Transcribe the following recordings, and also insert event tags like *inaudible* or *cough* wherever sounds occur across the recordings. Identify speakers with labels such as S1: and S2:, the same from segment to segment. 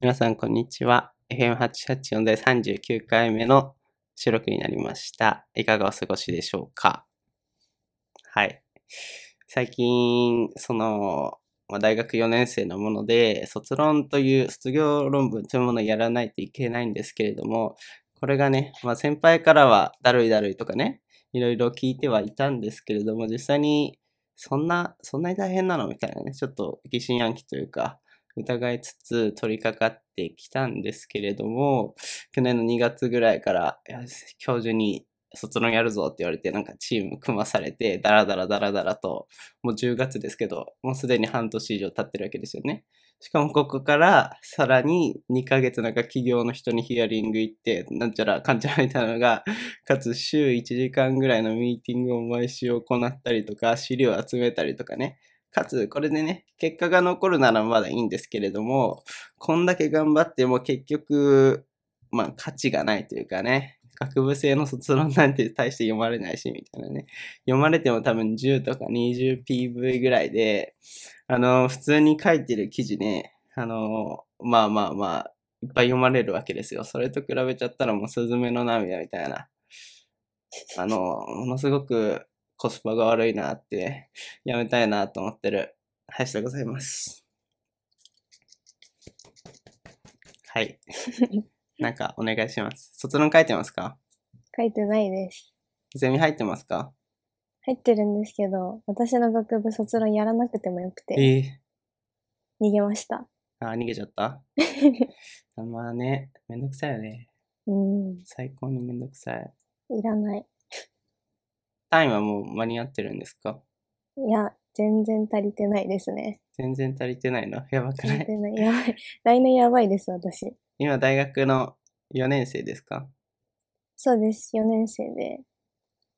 S1: 皆さん、こんにちは。FM884 で39回目の収録になりました。いかがお過ごしでしょうかはい。最近、その、まあ、大学4年生のもので、卒論という、卒業論文というものをやらないといけないんですけれども、これがね、まあ、先輩からは、だるいだるいとかね、いろいろ聞いてはいたんですけれども、実際に、そんな、そんなに大変なのみたいなね、ちょっと疑心暗鬼というか、疑いつつ取り掛かってきたんですけれども、去年の2月ぐらいから、いや教授に卒論やるぞって言われて、なんかチーム組まされて、ダラダラダラダラと、もう10月ですけど、もうすでに半年以上経ってるわけですよね。しかもここからさらに2ヶ月なんか企業の人にヒアリング行って、なんちゃらかんちゃらみたいなのが、かつ週1時間ぐらいのミーティングを毎週行ったりとか、資料集めたりとかね、かつ、これでね、結果が残るならまだいいんですけれども、こんだけ頑張っても結局、まあ、価値がないというかね、学部生の卒論なんて大して読まれないし、みたいなね。読まれても多分10とか 20PV ぐらいで、あの、普通に書いてる記事ね、あの、まあまあまあ、いっぱい読まれるわけですよ。それと比べちゃったらもう、スズメの涙みたいな。あの、ものすごくコスパが悪いなってやめたいなと思ってる林でございます。はい。
S2: *laughs*
S1: なんかお願いします。卒論書いてますか
S2: 書いてないです。
S1: ゼミ入ってますか
S2: 入ってるんですけど、私の学部卒論やらなくてもよくて、
S1: ええ
S2: 逃げました。
S1: あ、逃げちゃった
S2: *laughs*
S1: あまあね、めんどくさいよね。
S2: うん、
S1: 最高にめんどくさい。
S2: いらない。
S1: 単位はもう間に合ってるんですか
S2: いや、全然足りてないですね。
S1: 全然足りてないのやばく
S2: 足
S1: な
S2: り
S1: い
S2: てない。やばい。来年やばいです、私。
S1: 今大学の4年生ですか
S2: そうです。4年生で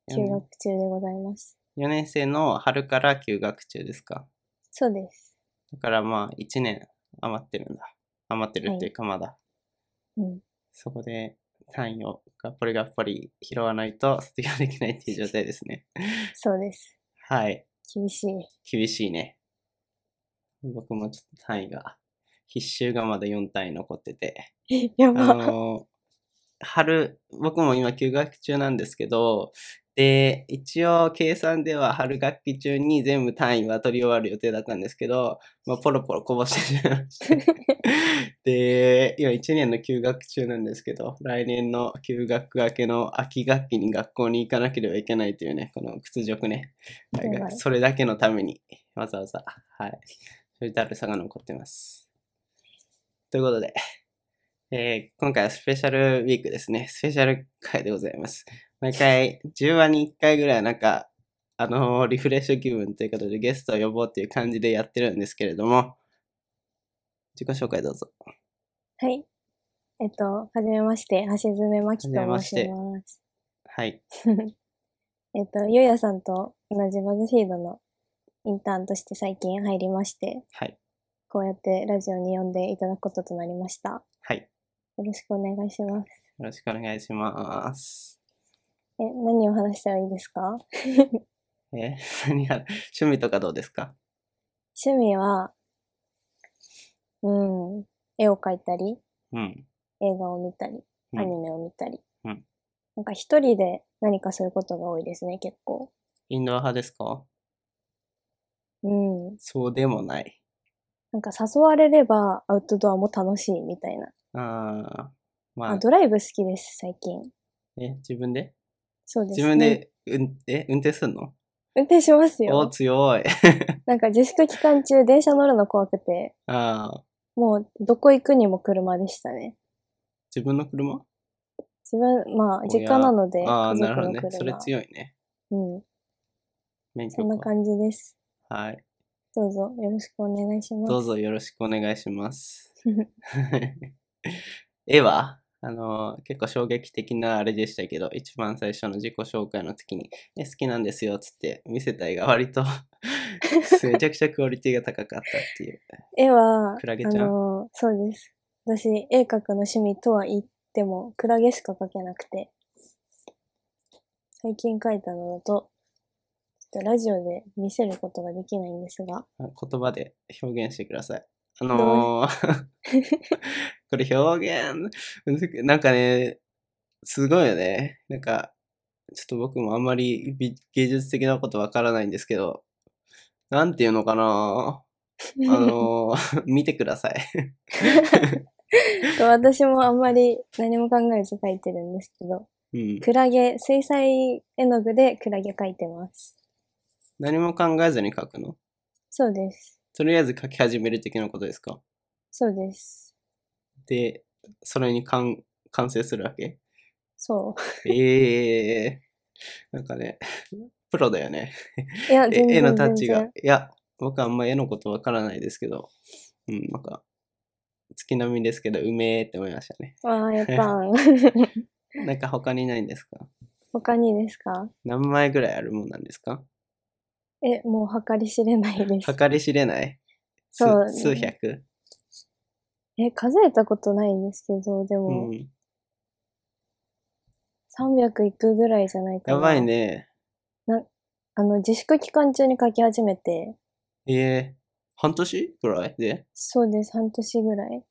S1: 四
S2: 休
S1: 年
S2: 学中でございます。
S1: 4年生の春から休学中ですか
S2: そうです。
S1: だからまあ1年余ってるんだ。余ってるっていうかまだ。
S2: うん。
S1: そこで単位をがっぽりがっぽり拾わないと卒業できないっていう状態ですね。
S2: そうです。
S1: はい。
S2: 厳しい。 *laughs*
S1: 厳しいね。僕もちょっと単位が、必修がまだ4単位残ってて。
S2: や
S1: あ
S2: ば。
S1: のー *laughs* 春、僕も今休学中なんですけど、で、一応計算では春学期中に全部単位は取り終わる予定だったんですけど、まあ、ポロポロこぼしてしまいました。で、今1年の休学中なんですけど、来年の休学明けの秋学期に学校に行かなければいけないというね、この屈辱ね。はい
S2: やばい
S1: それだけのために、わざわざ、はい。そういうだるさが残ってます。ということで、えー今回はスペシャルウィークですね。スペシャル回でございます。毎回、10話に1回ぐらいはなんか、あのーリフレッシュ気分ということでゲストを呼ぼうっていう感じでやってるんですけれども、自己紹介どうぞ。
S2: はい。えっと、はじめまして、橋爪真希
S1: はじめ
S2: と
S1: ま
S2: 申
S1: し
S2: してます。
S1: はい。
S2: えっと、ゆうやさんと同じバズフィードのインターンとして最近入りまして、
S1: はい。
S2: こうやってラジオに呼んでいただくこととなりました。
S1: はい。
S2: よろしくお願いします。
S1: よろしくお願いします。
S2: え、何を話したらいいですか
S1: え *laughs* ー何や趣味とかどうですか
S2: 趣味は、うん、絵を描いたり、
S1: うん。
S2: 映画を見たり、
S1: うん
S2: アニメを見たり。
S1: うん
S2: なんか一人で何かすることが多いですね、結構。
S1: インドア派ですか
S2: うん。
S1: そうでもない。
S2: なんか誘われればアウトドアも楽しいみたいな。
S1: ああ、ま
S2: あ、
S1: あ、
S2: ドライブ好きです、最近。
S1: え、自分で
S2: そうです
S1: 自分で、うん、え、運転すんの
S2: 運転します
S1: お、
S2: よ。
S1: 強い。
S2: なんか自粛期間中電車乗るの怖くて、
S1: ああ、
S2: もうどこ行くにも車でしたね。
S1: 自分の車
S2: 自分、まあ
S1: おや
S2: 実家なので、家
S1: ああ、
S2: 族
S1: なるほど
S2: の
S1: ね。
S2: 車。
S1: それ強いね。
S2: うん。
S1: 免許
S2: そんな
S1: か
S2: 感じです。
S1: はい。
S2: どうぞよろしくお願いします。
S1: どうぞよろしくお願いし
S2: *laughs*
S1: ます。絵はあの結構衝撃的なあれでしたけど一番最初の自己紹介の時に「え好きなんですよ」っつって見せた絵が割
S2: *laughs*
S1: とめちゃくちゃクオリティが高かったっていう
S2: 絵は、
S1: クラゲちゃん
S2: あの、そうです。私、絵描くの趣味とは言っても、クラゲしか描けなくて。最近描いたのだと、ちょっとラジオで見せることができないんですが、 *laughs*
S1: 言葉で表現してくださいあのー *laughs* これ表現、むずくなんかね、すごいよね。なんか、ちょっと僕もあんまり美芸術的なことわからないんですけど、なんていうのかなあのー *laughs* 見てください。
S2: 私もあんまり何も考えず描いてるんですけど、
S1: うん。
S2: クラゲ、水彩絵の具でクラゲ描いてます。
S1: 何も考えずに書くの
S2: そうです。
S1: とりあえず書き始める的なことですか
S2: そうです。
S1: で、それに完完成するわけ
S2: そ
S1: ええなんかね、プロだよね。
S2: う。いや、
S1: え
S2: 全然。
S1: 絵のタッチが。
S2: 全
S1: いや、僕あんま絵のことわからないですけど、うん、なんか、月並みですけど、うめえって思いました
S2: *laughs*
S1: ね。
S2: 然。わあ、やっぱ。
S1: *laughs* なんか他にないんですか
S2: 他にですか
S1: 何枚ぐらいあるもんなんですか
S2: え、もう計り知れないです。
S1: 計り知れない数
S2: そう
S1: 数百
S2: え、数えたことないんですけど、で
S1: う
S2: も、
S1: ん。
S2: 300いくぐらいじゃないかな。
S1: やばい。ね。
S2: あの、自粛期間中に書き始めて、
S1: ええ半年ぐらいで
S2: そうです、半年ぐらい。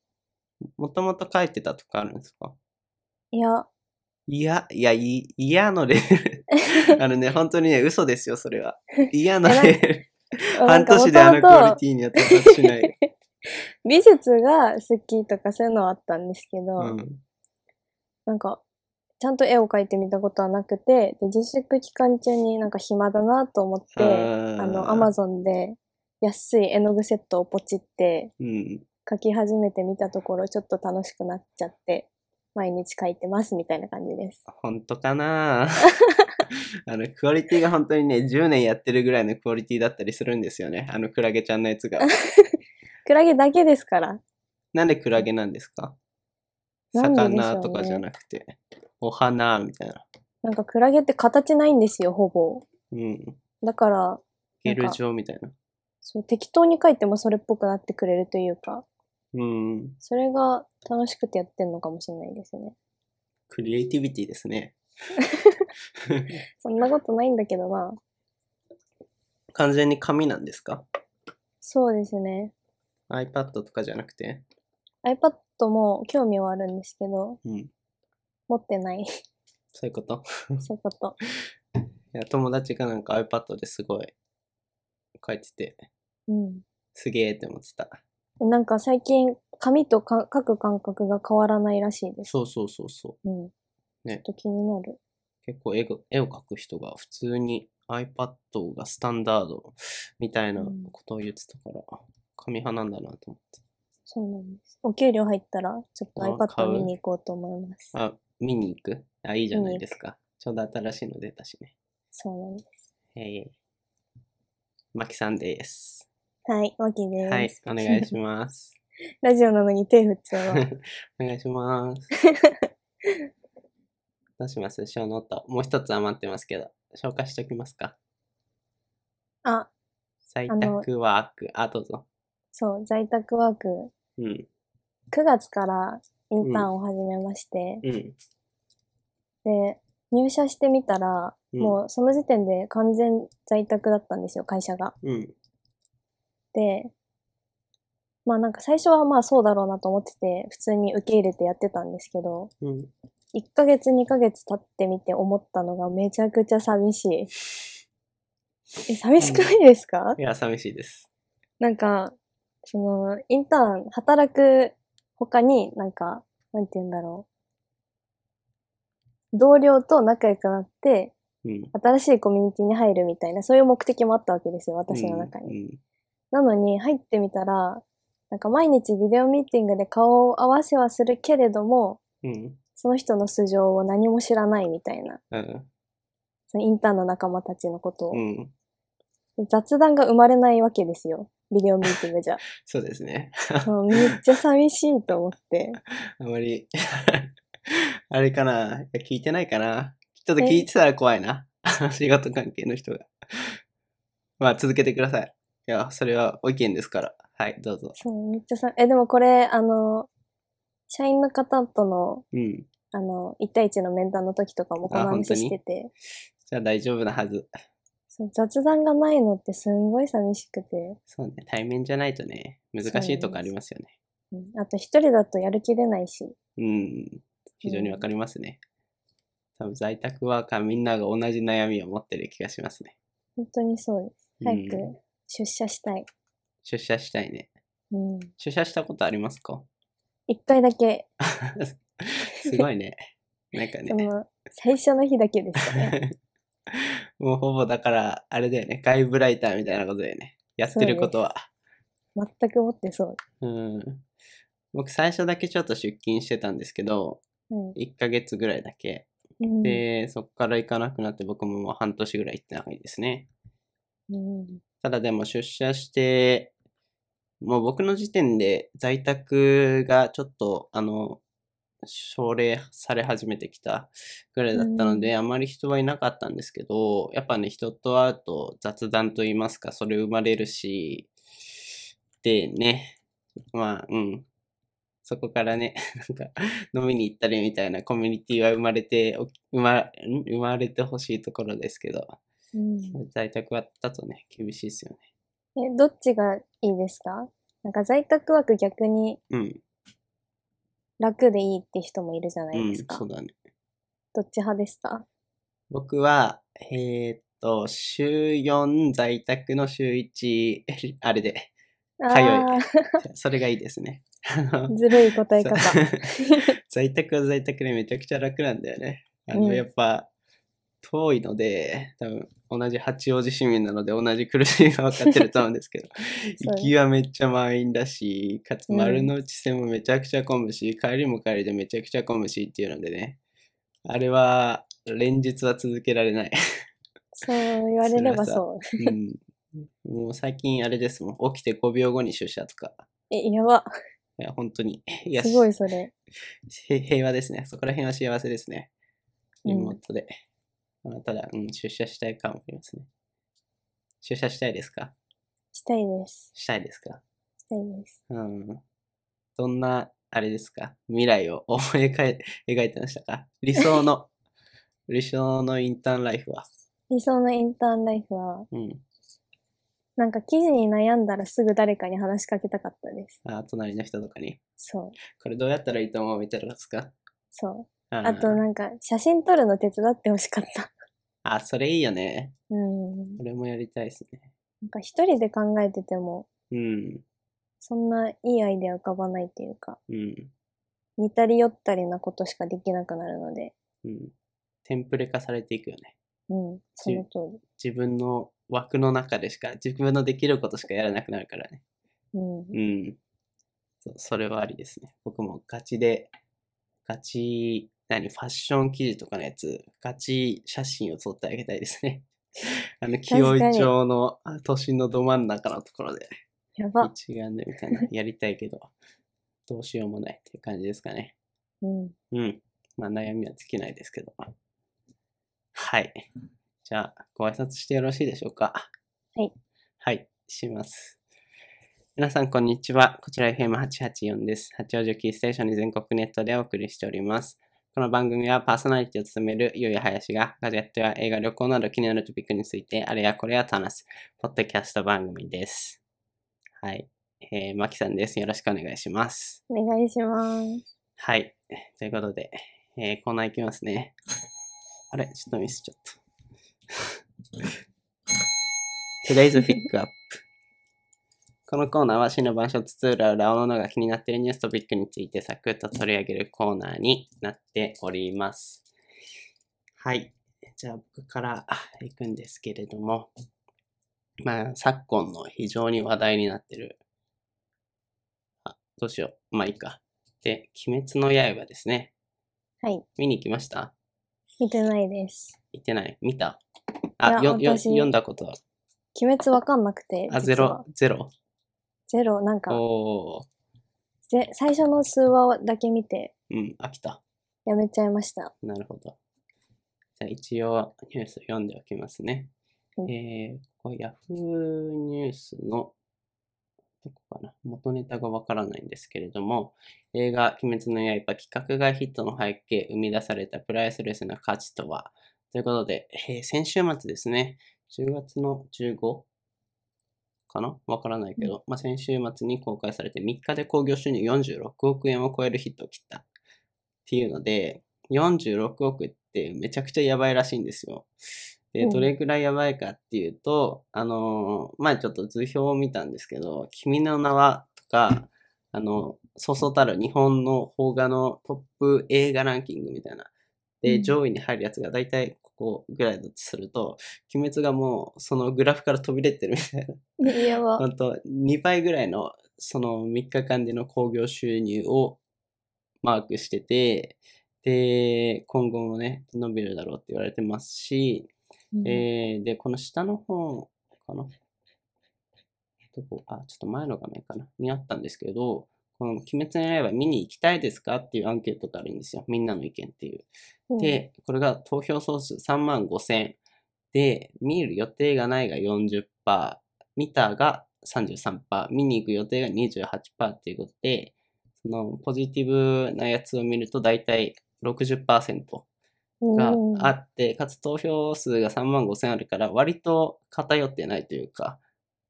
S1: もともと書いてたとかあるんですか
S2: いや、
S1: いや、いや、い嫌のレ
S2: *laughs*
S1: ベル。あのね、本当にね、嘘ですよ、それは。嫌のレベル。
S2: な
S1: 半
S2: んか
S1: 年であの
S2: 元
S1: クオリ
S2: 々
S1: ティには到達し
S2: *laughs*
S1: ない。
S2: 美術が好きとかそういうのはあったんですけど、
S1: うん。
S2: なんか、ちゃんと絵を描いてみたことはなくて、で自粛期間中になんか暇だなと思って、あの、アマ
S1: ゾ
S2: ゾンで安い絵の具セットをポチって、
S1: ン。うん。
S2: 書き始めてみたところちょっと楽しくなっちゃって毎日書いてますみたいな感じです。
S1: 本当かな *laughs* あの、クオリティが本当にね、10年やってるぐらいのクオリティだったりするんですよね。あの、クラゲちゃんのやつ
S2: *laughs*
S1: が。
S2: クラゲだけですから。
S1: なんでクラゲなんですか
S2: なんででしょうね
S1: 魚とかじゃなくて、お花みたいな。
S2: なんかクラゲって形ないんですよ、ほぼ。
S1: うん。
S2: だから、
S1: ゲル状みたいな。
S2: そう適当に書いてもそれっぽくなってくれるというか、
S1: うん。
S2: それが楽しくてやってんのかもしれないですね。
S1: クリエイティビティですね。
S2: そんなことないんだけどな。
S1: 完全に紙なんですか
S2: そうですね。
S1: ?iPad とかじゃなくて。
S2: iPad も興味はあるんですけど、
S1: うん。
S2: 持ってない。
S1: そういうこと。
S2: そういうこと。
S1: いや、友達がなんか iPad ですごい書いてて、
S2: うん。
S1: すげえって思ってた。
S2: なんか最近、紙とか書く感覚が変わらないらしいです。
S1: そうそうそうそう。
S2: うん。
S1: ね
S2: ちょっと気になる。
S1: 結構絵が絵を描く人が普通に iPad がスタンダードみたいなことを言ってたから、紙派なんだなと思って。
S2: そうなんです。お給料入ったら、ちょっと
S1: あ
S2: iPad
S1: 買う
S2: を見に行こうと思います。
S1: あ、見に行くあ、いいじゃないですか。ちょうど新しいの出たしね。
S2: そうなんです。
S1: えー、マキさんです。
S2: はい、わきです。
S1: はい、お願いします。
S2: *laughs* ラジオなのに手振っちゃ
S1: *laughs*
S2: うわ。
S1: お願いし
S2: *laughs*
S1: ます。どうします小ノート。もう一つ余ってますけど、紹介しておきますか。
S2: あ、
S1: 在
S2: あの
S1: 宅ワーク。あ、どうぞ。
S2: そう、在宅ワーク。
S1: うん。
S2: 9月からインターンを始めまして、
S1: うん。
S2: で、入社してみたら、
S1: うん
S2: もうその時点で完全在宅だったんですよ、会社が。
S1: うん。
S2: で、まあなんか最初はまあそうだろうなと思ってて、普通に受け入れてやってたんですけど、
S1: うん。
S2: 1ヶ月2ヶ月経ってみて思ったのがめちゃくちゃ寂しい。え、寂しくないですか、
S1: いや、寂しいです。
S2: なんか、その、インターン、働く他になんか、なんて言うんだろう。同僚と仲良くなって、
S1: うん。
S2: 新しいコミュニティに入るみたいな、そういう目的もあったわけですよ、私の中に。
S1: に。
S2: なのに入ってみたら、なんか毎日ビデオミーティングで顔を合わせはするけれども、
S1: うん。うん。
S2: その人の素性を何も知らないみたいな。
S1: うん。
S2: そのインターンの仲間たちのことを。
S1: うん。
S2: で雑談が生まれないわけですよ。ビデオミーティング
S1: *laughs*
S2: じゃ。
S1: そうですね。
S2: もうめっちゃ寂しいと思って。
S1: あまり、 *laughs* あれかな。いや聞いてないかな。ちょっと聞いてたら怖いな。 *laughs* 仕事関係の人が。まあ、続けてください。いや、それはお意見ですから。はい、どうぞ。
S2: そう、めっちゃさ、え、でもこれ、あの、社員の方との、
S1: うん。
S2: あの、1対1の面談の時とかもこ
S1: あ
S2: の
S1: 本当
S2: 話
S1: に
S2: してて、
S1: じゃあ大丈夫なはず。
S2: そそう雑談がないのってすんごい寂しくて、
S1: そうね。対面じゃないとね、難しいとこありますよね。
S2: うんあと一人だとやる気出ないし、
S1: うん。非常にわかりますね。多分在宅ワーカーみんなが同じ悩みを持ってる気がしますね。
S2: 本当にそうです。早く
S1: うん
S2: 出社したい。
S1: 出社したいね。
S2: うん。
S1: 出社したことありますか *laughs*
S2: 一回だけ、
S1: すごいね。なんか
S2: そ
S1: ね。
S2: の、最初の日だけでし
S1: *laughs*
S2: たね。
S1: もうほぼだから、あれだよね。外部ライターみたいなことだよね。やってることは。
S2: 全く持ってそう。
S1: うん。僕最初だけちょっと出勤してたんですけど、
S2: はい
S1: 1ヶ月ぐらいだけ。
S2: うん
S1: で、そこから行かなくなって僕ももう半年ぐらい行ってないですね。
S2: うん
S1: ただでも出社して、もう僕の時点で在宅がちょっと、あの、奨励され始めてきたぐらいだったので、あまり人はいなかったんですけど、やっぱね、人と会うと雑談と言いますか、それ生まれるし、でね、まあ、うん。そこからね、 *laughs* なんか、飲みに行ったりみたいなコミュニティは生まれておき、生ま、ん生まれてほしいところですけど、
S2: うん
S1: 在宅はだとね、厳しいですよね。
S2: え、どっちがいいですかなんか在宅枠逆に
S1: うん。
S2: 楽でいいって人もいるじゃな
S1: う
S2: い
S1: ん、
S2: ですか。
S1: そうだね。
S2: どっち派ですか
S1: 僕は、えーっと、週4在宅の週1、あれ
S2: *laughs*
S1: で、
S2: あ
S1: かゆい
S2: あ
S1: それがいいですね。あ
S2: ー、
S1: の
S2: ずるい答え方。
S1: *laughs* 在宅は在宅でめちゃくちゃ楽なんだよね。あの、
S2: うん
S1: やっぱ、遠いので、多分、同じ八王子市民なので同じ苦しみが分かってると思うんですけど、
S2: *laughs* そ
S1: 行
S2: う
S1: きはめっちゃ満員だし、かつ
S2: うん
S1: 丸の内線もめちゃくちゃ混むし、帰りも帰りでめちゃくちゃ混むしっていうのでね、あれは、連日は続けられ
S2: *laughs*
S1: ない。
S2: そう言われればそう。
S1: うん、もう最近あれですもん、起きて5秒後に出社とか、
S2: え、やば。
S1: いや、本当に。いや
S2: すごいそれ。
S1: へ *laughs* 平和ですね。そこら辺は幸せですね。
S2: うん
S1: リモートで。まあただ、うん、出社したいかもありますね。出社したいですか
S2: したいです。
S1: したいですか
S2: したいです。
S1: うん。どんな、あれですか未来を思い描い *laughs* 描いてましたか理想
S2: *laughs*
S1: の、理想のインターンライフは。
S2: 理想のインターンライフは、
S1: うん。
S2: なんか記事に悩んだらすぐ誰かに話しかけたかったです。
S1: あ隣の人とかに。
S2: そう。
S1: これどうやったらいいと思うみたいなのですか
S2: そう。
S1: あ
S2: あとなんか写真撮るの手伝ってほしかった。
S1: あ、それいいよね。
S2: うん。
S1: これもやりたいですね。
S2: なんか一人で考えてても、
S1: うん。
S2: そんないいアイデア浮かばないっていうか、
S1: うん。
S2: 似たり寄ったりなことしかできなくなるので、
S1: うん。テンプレ化されていくよね。
S2: うん、その通
S1: 自分の枠の中でしか、自分のできることしかやらなくなるからね。
S2: り。うん。
S1: うん。そそれはありですね。僕もガチで、ガチ、何、ファッション記事とかのやつ、ガチ写真を撮ってあげたいですね。 *laughs* あの、
S2: 確か
S1: 清
S2: に
S1: 井町のあ都心のど真ん中のところで、
S2: やば。
S1: 一眼でみたいな、やりたいけど、どうしようもないっていう感じですかね。
S2: うん。
S1: うん。まあ悩みは尽きないですけど。はい。じゃあ、ご挨拶してよろしいでしょうか。
S2: はい。
S1: はい、します。皆さん、こんにちは。こちら FM884 です。八王子をキーステーションに全国ネットでお送りしております。この番組はパーソナリティを務めるゆうやはやしがガジェットや映画、旅行など気になるトピックについてあれやこれやと話すポッドキャスト番組です。はい。えー、まきさんです。よろしくお願いします。
S2: お願いします。
S1: はい。ということで、えーコーナーいきますね。 *laughs* あれちょっとミスっちゃ *laughs* った。Today's Pick Up。このコーナーは、死の晩書つつ裏裏おののが気になっているニューストピックについてサクッと取り上げるコーナーになっております。はい。じゃあ僕からあ行くんですけれども、まあ、昨今の非常に話題になってる。あ、どうしよう。まあいいか。で、鬼滅の刃ですね。
S2: はい。
S1: 見に行きました
S2: 見てないです。
S1: 行ってない見た
S2: い
S1: あ、
S2: や
S1: よよ
S2: 私
S1: 読んだことは
S2: 鬼滅わかんなくて。
S1: あ、
S2: 実
S1: ゼロ
S2: は、
S1: ゼロ。
S2: ゼロ、なんか、
S1: おー、
S2: ぜ最初の数話だけ見て、
S1: うん、飽きた。
S2: やめちゃい
S1: *laughs*
S2: ました。
S1: なるほど。じゃあ一応ニュース読んでおきますね。
S2: うん
S1: えー、ここヤフーニュースの、どこかな元ネタがわからないんですけれども、映画鬼滅の刃企画外ヒットの背景、生み出されたプライスレスな価値とはということで、えー先週末ですね、 10月の 15? かなわからないけど、まあ、先週末に公開されて3日で興行収入46億円を超えるヒットを切ったっていうので46億ってめちゃくちゃやばいらしいんですよ。で、
S2: うん
S1: どれくらいやばいかっていうと、あのー前ちょっと図表を見たんですけど「君の名は」とかあのそうそうたる日本の邦画のトップ映画ランキングみたいな
S2: う
S1: で
S2: ん
S1: 上位に入るやつが大体ここぐらいだとすると「鬼滅」がもうそのグラフから飛び出てるみたいな
S2: ねやば。
S1: 本当2倍ぐらいのその3日間での興行収入をマークしてて、で、今後もね、伸びるだろうって言われてますし、えーで、この下の方かなどこあ、ちょっと前の画面かなにあったんですけど、この鬼滅の刃見に行きたいですかっていうアンケートがあるんですよ。みんなの意見っていう。
S2: うん、
S1: で、これが投票総数3万5千で、見る予定がないが40%、見たが33%、見に行く予定が28%っていうことで、そのポジティブなやつを見ると大体60%
S2: うん
S1: があって、かつ投票数が3万5千あるから、割と偏ってないというか、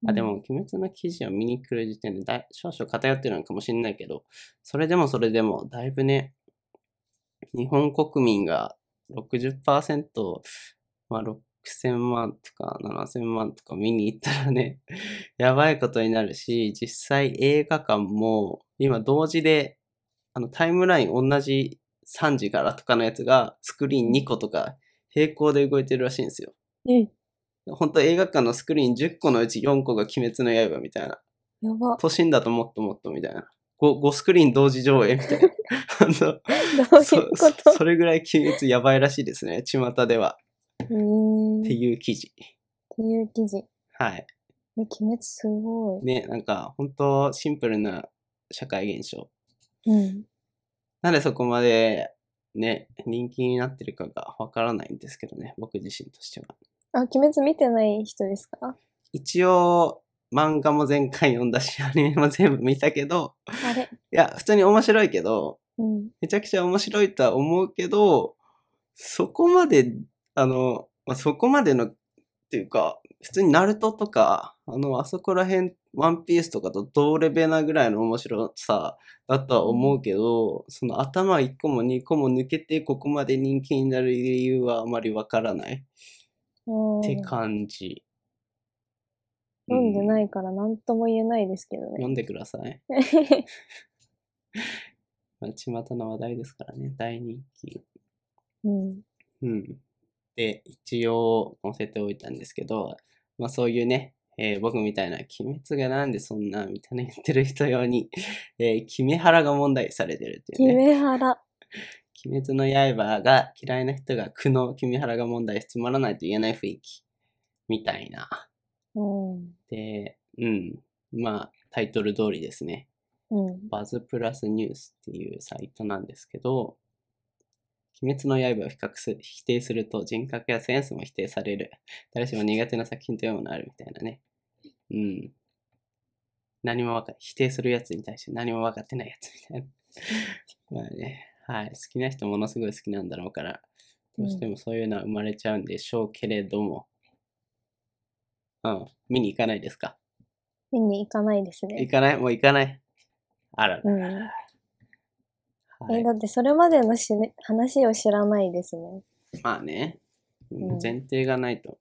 S1: あでも、、鬼滅の記事を見に来る時点でだい少々偏ってるのかもしれないけど、それでもそれでも、だいぶね、日本国民が60%、まあ、6000万とか7000万とか見に行ったらね、 *laughs* やばいことになるし、実際映画館も、今同時で、あの、タイムライン同じ3時からとかのやつが、スクリーン2個とか、並行で動いてるらしいんですよ。
S2: うんえ、
S1: 本当映画館のスクリーン10個のうち4個が鬼滅の刃みたいな。
S2: や
S1: *laughs*
S2: ば。
S1: 都心だともっともっとみたいな。5, 5スクリーン同時上映みたいな。 *laughs* あの
S2: どうい
S1: そう
S2: こと
S1: そそれぐらい鬼滅やばいらしいですね。巷では。
S2: えー、っ
S1: って
S2: て
S1: いう記事。
S2: いう記事。え
S1: はい。
S2: 鬼滅すごい。
S1: ね、なんか本当シンプルな社会現象。
S2: うん。
S1: なんでそこまでね、人気になってるかがわからないんですけどね。僕自身としては。
S2: あ、鬼滅見てない人ですか
S1: 一応、漫画も全巻読んだし、アニメも全部見たけど、
S2: あれ。
S1: いや、普通に面白いけど、
S2: うん。
S1: めちゃくちゃ面白いとは思うけど、そこまで、あの、まあ、そこまでの、っていうか、普通にナルトとか、あの、あそこら辺、ワンピースとかと同レベなぐらいの面白さだとは思うけど、その頭1個も2個も抜けて、ここまで人気になる理由はあまりわからない
S2: うん
S1: って感じ。
S2: 読んで
S1: い、
S2: ないから何とも言えないですけどね
S1: 読。んでください。まあ、巷の話題ですからね、大人気。
S2: *laughs* うん。
S1: うん。で、一応載せておいたんですけど、まあそういうね、えー僕みたいな、鬼滅がなんでそんな、みたいな言ってる人用に、 *laughs* えー、キメハラが問題されてるっていうね。
S2: キメハラ。
S1: 鬼滅の刃が嫌いな人が苦悩、キメハラが問題、つまらないと言えない雰囲気、みたいな。
S2: うん。
S1: で、うん。まあ、タイトル通りですね。
S2: うん。
S1: バズプラスニュースっていうサイトなんですけど、鬼滅の刃を比較す否定すると人格やセンスも否定される。誰しも苦手な作品というものあるみたいなね。うん。何もわか、否定するやつに対して何も分かってないやつみたいな。まあ *laughs* ね、はい。好きな人ものすごい好きなんだろうから、どうしてもそういうのは生まれちゃうんでしょうけれども、うん、見に行かないですか
S2: 見に行かないですね
S1: 行。かないもう行かないあらら。
S2: うん。
S1: はい
S2: え、だってそれまでのし、ね、話を知らないですね。
S1: まあね、うん
S2: うん
S1: 前提がないと。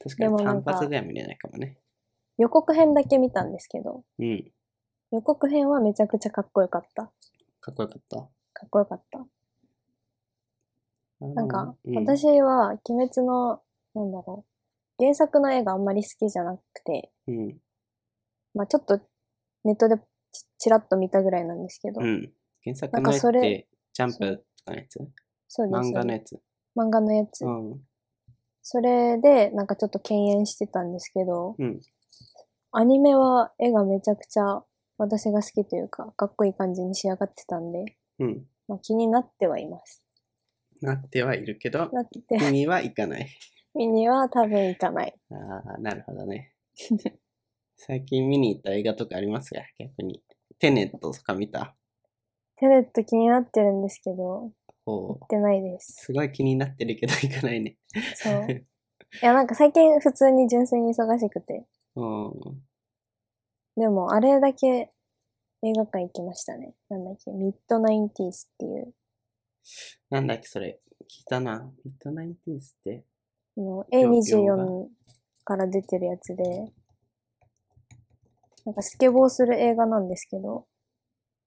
S1: 確か
S2: で
S1: に
S2: もなん
S1: 単
S2: か
S1: 発では見れないかもね。
S2: 予告編だけ見たんですけど、
S1: うん、
S2: 予告編はめちゃくちゃかっこよかった。
S1: かっこよかった。
S2: かっこよかった。
S1: あの
S2: なんか、
S1: うん、
S2: 私は鬼滅の、なんだろう、原作の絵があんまり好きじゃなくて、
S1: うん、
S2: まあちょっとネットでちちらっと見たぐらいなんですけど、
S1: うん。原作
S2: な
S1: の絵
S2: んか
S1: っ
S2: それ
S1: て、ジャンプとかのやつ
S2: そうです
S1: 漫画の
S2: ね。
S1: やつ。
S2: 漫画のやつ。
S1: うん、
S2: それで、なんかちょっと敬遠してたんですけど、
S1: うん。
S2: アニメは絵がめちゃくちゃ私が好きというか、かっこいい感じに仕上がってたんで、
S1: うん。
S2: まあ、気になってはいます。
S1: なってはいるけど、
S2: なって、
S1: 見にはいかない。
S2: 見には多分行かない。
S1: ああ、なるほど
S2: *laughs*
S1: ね。最近見に行った映画とかありますか逆に。テネットとか見た
S2: テレット気になってるんですけど、
S1: ほ
S2: 行っ
S1: う。
S2: てないです。 *laughs*
S1: すごい気になってるけど行かないね。
S2: そう。いや、なんか最近普通に純粋に忙しくて。
S1: うん。
S2: でも、あれだけ映画館行きましたね。なんだっけ、ミッドナインティースっていう、
S1: なんだっけ、それ。聞いたな。ミッドナインティースって。
S2: あの
S1: 洋洋画
S2: A24 から出てるやつで、なんかスケボーする映画なんですけど、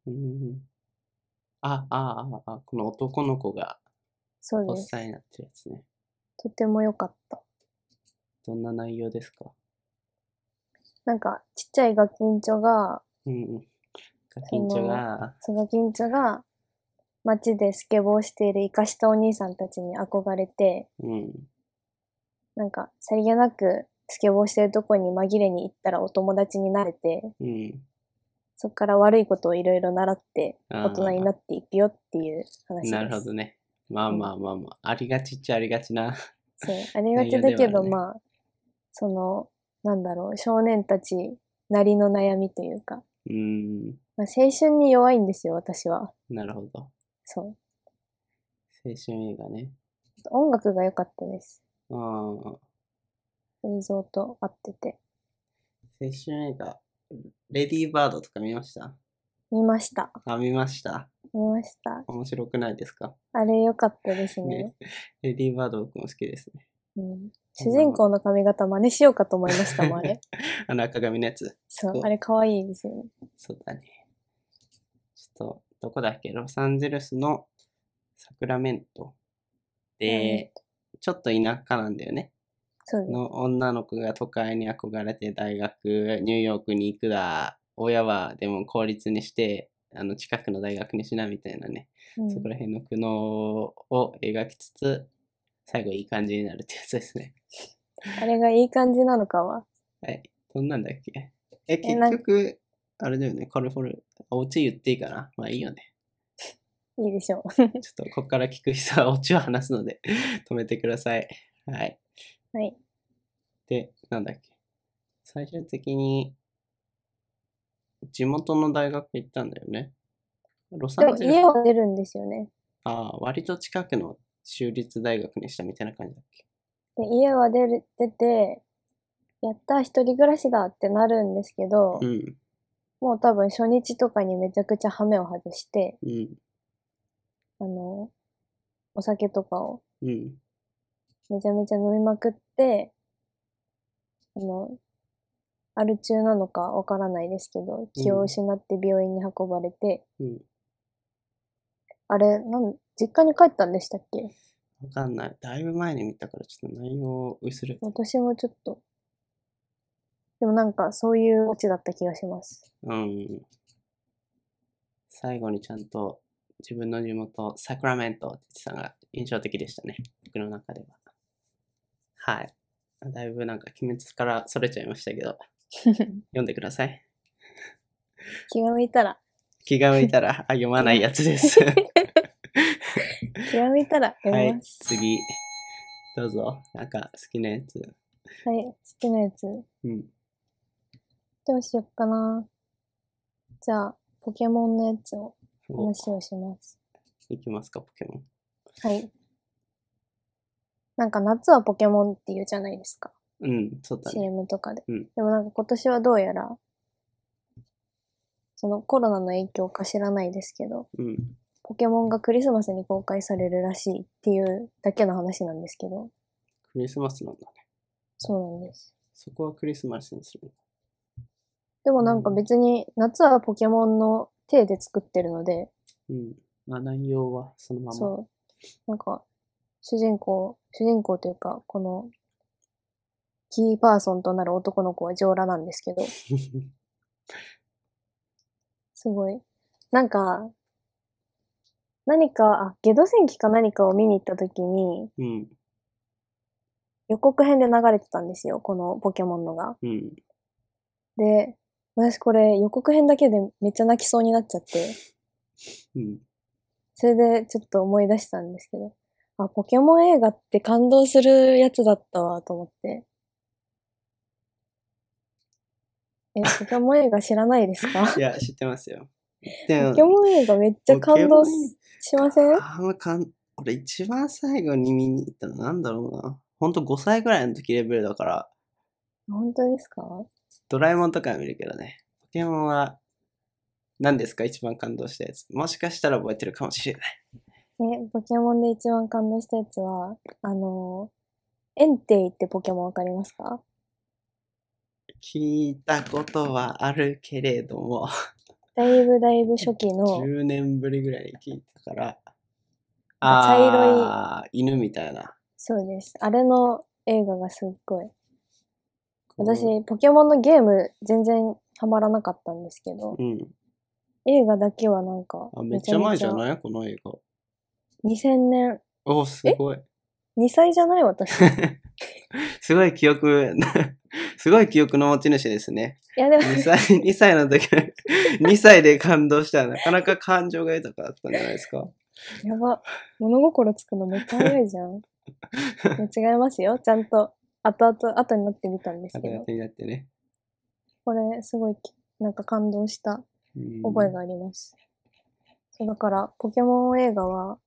S1: うん。あ、あ、あ、あ、この男の子が
S2: そう
S1: おっ
S2: です。
S1: さんになってるやつね。
S2: とても良かった。
S1: どんな内容ですか
S2: なんか、ちっちゃいガキンチョが、
S1: うんうん。ガキンチョが、
S2: そのガキンチョが、街でスケボーしているイカしたお兄さんたちに憧れて、
S1: うん。
S2: なんか、さりげなくスケボーしてるとこに紛れに行ったらお友達になれて、
S1: うん。
S2: そこから悪いことをいろいろ習って、
S1: あー
S2: 大人になっていくよっていう話です。
S1: なるほどね。まあまあまあまあ。ありがちっちゃありがちな。
S2: そう、ありがちだけ
S1: 内容ではあ
S2: ど、
S1: るね
S2: まあ、その、なんだろう、少年たちなりの悩みというか、
S1: うん。
S2: まあ、青春に弱いんですよ、私は。
S1: なるほど。
S2: そう。
S1: 青春映画ね。
S2: 音楽が良かったです。
S1: ああ。青
S2: 映像と合ってて。
S1: 春映画。レディーバードとか見ました
S2: 見ました。
S1: あ、見ました。
S2: 見ました。
S1: 面白くないですか
S2: あれ良かったですね
S1: ね。レディーバード僕も好きですね。
S2: うん、主人公の髪型真似しようかと思いましたもん、あれ。
S1: あの赤髪のやつ。
S2: そ
S1: そう
S2: う、あれ可愛いですよね。
S1: そうだね。ちょっと、どこだっけロサンゼルスのサクラメントで、ちょっと田舎なんだよね。
S2: そうです。
S1: の女の子が都会に憧れて大学、ニューヨークに行くだ。親はでも公立にして、あの近くの大学にしなみたいなね、
S2: うん
S1: そこら辺の苦悩を描きつつ、最後いい感じになるってやつですね。
S2: あれがいい感じなのかは。
S1: はい。どんなんだっけえ、
S2: え
S1: 結
S2: なん
S1: 局、あれだよね、カルフォル、あオチ言っていいかなまあいいよね。
S2: いいで
S1: *laughs*
S2: しょ
S1: ちょっとここから聞く人はオチを話すので止めてください。はい。
S2: う。はい。
S1: で、なんだっけ。最終的に、地元の大学行ったんだよね。ロサ
S2: で
S1: ン
S2: も
S1: ゼルス
S2: 家。を出るんですよね。
S1: ああ、割と近くの州立大学にしたみたいな感じだっけ。
S2: で家は出る出て、やった、一人暮らしだってなるんですけど、
S1: うん、
S2: もう多分初日とかにめちゃくちゃハメを外して、
S1: うん、
S2: あの、お酒とかを
S1: うん。
S2: めちゃめちゃ飲みまくって、あの、アル中なのかわからないですけど、気を失って病院に運ばれて、
S1: うん
S2: あれ、なん、実家に帰ったんでしたっけ
S1: わかんない。だいぶ前に見たからちょっと内容を薄れて。
S2: 私もちょっと、でもなんかそういうオチだった気がします。
S1: うん。最後にちゃんと自分の地元、サクラメントって言ってたのが印象的でしたね。僕の中では。はい。だいぶなんか鬼滅から逸れちゃいましたけ *laughs* ど、読んでください。
S2: 気が向いたら、
S1: 気が向いたら、あ、読まないやつ *laughs* です。
S2: 気が向いたらや
S1: は
S2: り
S1: い
S2: ま、す。
S1: 次。どうぞ。なんか好きなやつ。
S2: はい、好きなやつ。
S1: うん。
S2: どうしよっかな。じゃあ、ポケモンのやつを
S1: お
S2: 話をします。
S1: いきますか、ポケモン。
S2: はい。なんか夏はポケモンって言うじゃないですか。
S1: うん、そうだね。
S2: CM とかで。
S1: うん
S2: でもなんか今年はどうやら、そのコロナの影響か知らないですけど、
S1: うん。
S2: ポケモンがクリスマスに公開されるらしいっていうだけの話なんですけど、
S1: クリスマスなんだね。
S2: そうなんです。
S1: そこはクリスマスにする。
S2: でもなんか別に夏はポケモンの手で作ってるので、
S1: うん。まあ、内容はそのまま。 *laughs*
S2: そう。なんか、主人公、主人公というか、この、キーパーソンとなる男の子は上裸なんですけど、すごい。なんか、何か、あ、ゲド戦記か何かを見に行った時に、
S1: うん、
S2: 予告編で流れてたんですよ、このポケモンのが。
S1: うん。
S2: で、私これ予告編だけでめっちゃ泣きそうになっちゃって、
S1: うん。
S2: それでちょっと思い出したんですけど、あ、ポケモン映画って感動するやつだったわ、と思って。え、ポケモン映画知らないですか
S1: いや、
S2: *laughs*
S1: 知ってますよ。で
S2: ポケモン映画めっちゃ感動ししません
S1: あんまかん、俺一番最後に見に行ったのなんだろうな。ほんと5歳ぐらいの時レベルだから、
S2: 本当ですか
S1: ドラえもんとかは見るけどね。ポケモンは、何ですか一番感動したやつ。もしかしたら覚えてるかもしれない。
S2: え、ポケモンで一番感動したやつは、あの、エンテイってポケモンわかりますか
S1: 聞いたことはあるけれども、
S2: だいぶだいぶ初期の、
S1: 10年ぶりぐらいに聞いたから、
S2: 茶色い
S1: ああ、犬みたいな。
S2: そうです。あれの映画がすっごい。私、ポケモンのゲーム全然ハマらなかったんですけど、
S1: うん。
S2: 映画だけはなんか
S1: あ、めっちゃ前じゃ
S2: い
S1: ないこの映画。
S2: 2000年
S1: おーすごい。
S2: 2歳じゃな
S1: *laughs*
S2: い私い
S1: すごい記憶、 *laughs* すごい記憶の持ち主ですね。
S2: やでも
S1: 2歳、2歳 *laughs* の時、2歳で感動したらなかなか感情が豊かだったんじゃないです
S2: *laughs*
S1: か。
S2: やば物心つくのめっちゃ早いじ
S1: *laughs*
S2: ゃん違いますよちゃんと後々後になってみたんです
S1: あ
S2: け
S1: とやっ
S2: ど
S1: てになってね。
S2: これすごいきなんか感動した
S1: うん
S2: 覚えがあります、そうだからポケモン映画は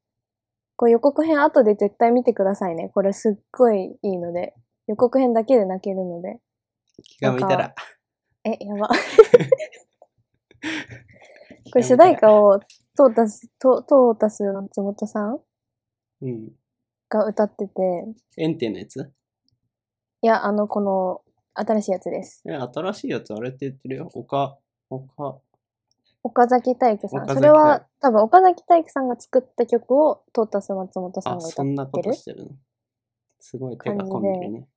S2: これ予告編後で絶対見てくださいねこれすっごいいいので予告編だけで泣けるので
S1: 気が向いた
S2: なん
S1: ら。
S2: え、
S1: *laughs*
S2: やば。これ主題歌をトータス、トトータス松本さん
S1: *laughs* うん。
S2: が歌ってて、
S1: エンテのやつ
S2: いや、あの、この、新しいやつです。
S1: え新しいやつあれって言ってるよ。岡、岡。
S2: 岡崎体育さん。
S1: 岡崎
S2: それは、多分岡崎体育さんが作った曲をトータス松本さん
S1: あ、
S2: が
S1: そ
S2: 歌っ
S1: んなことしてるの。すごい手が込んでるね。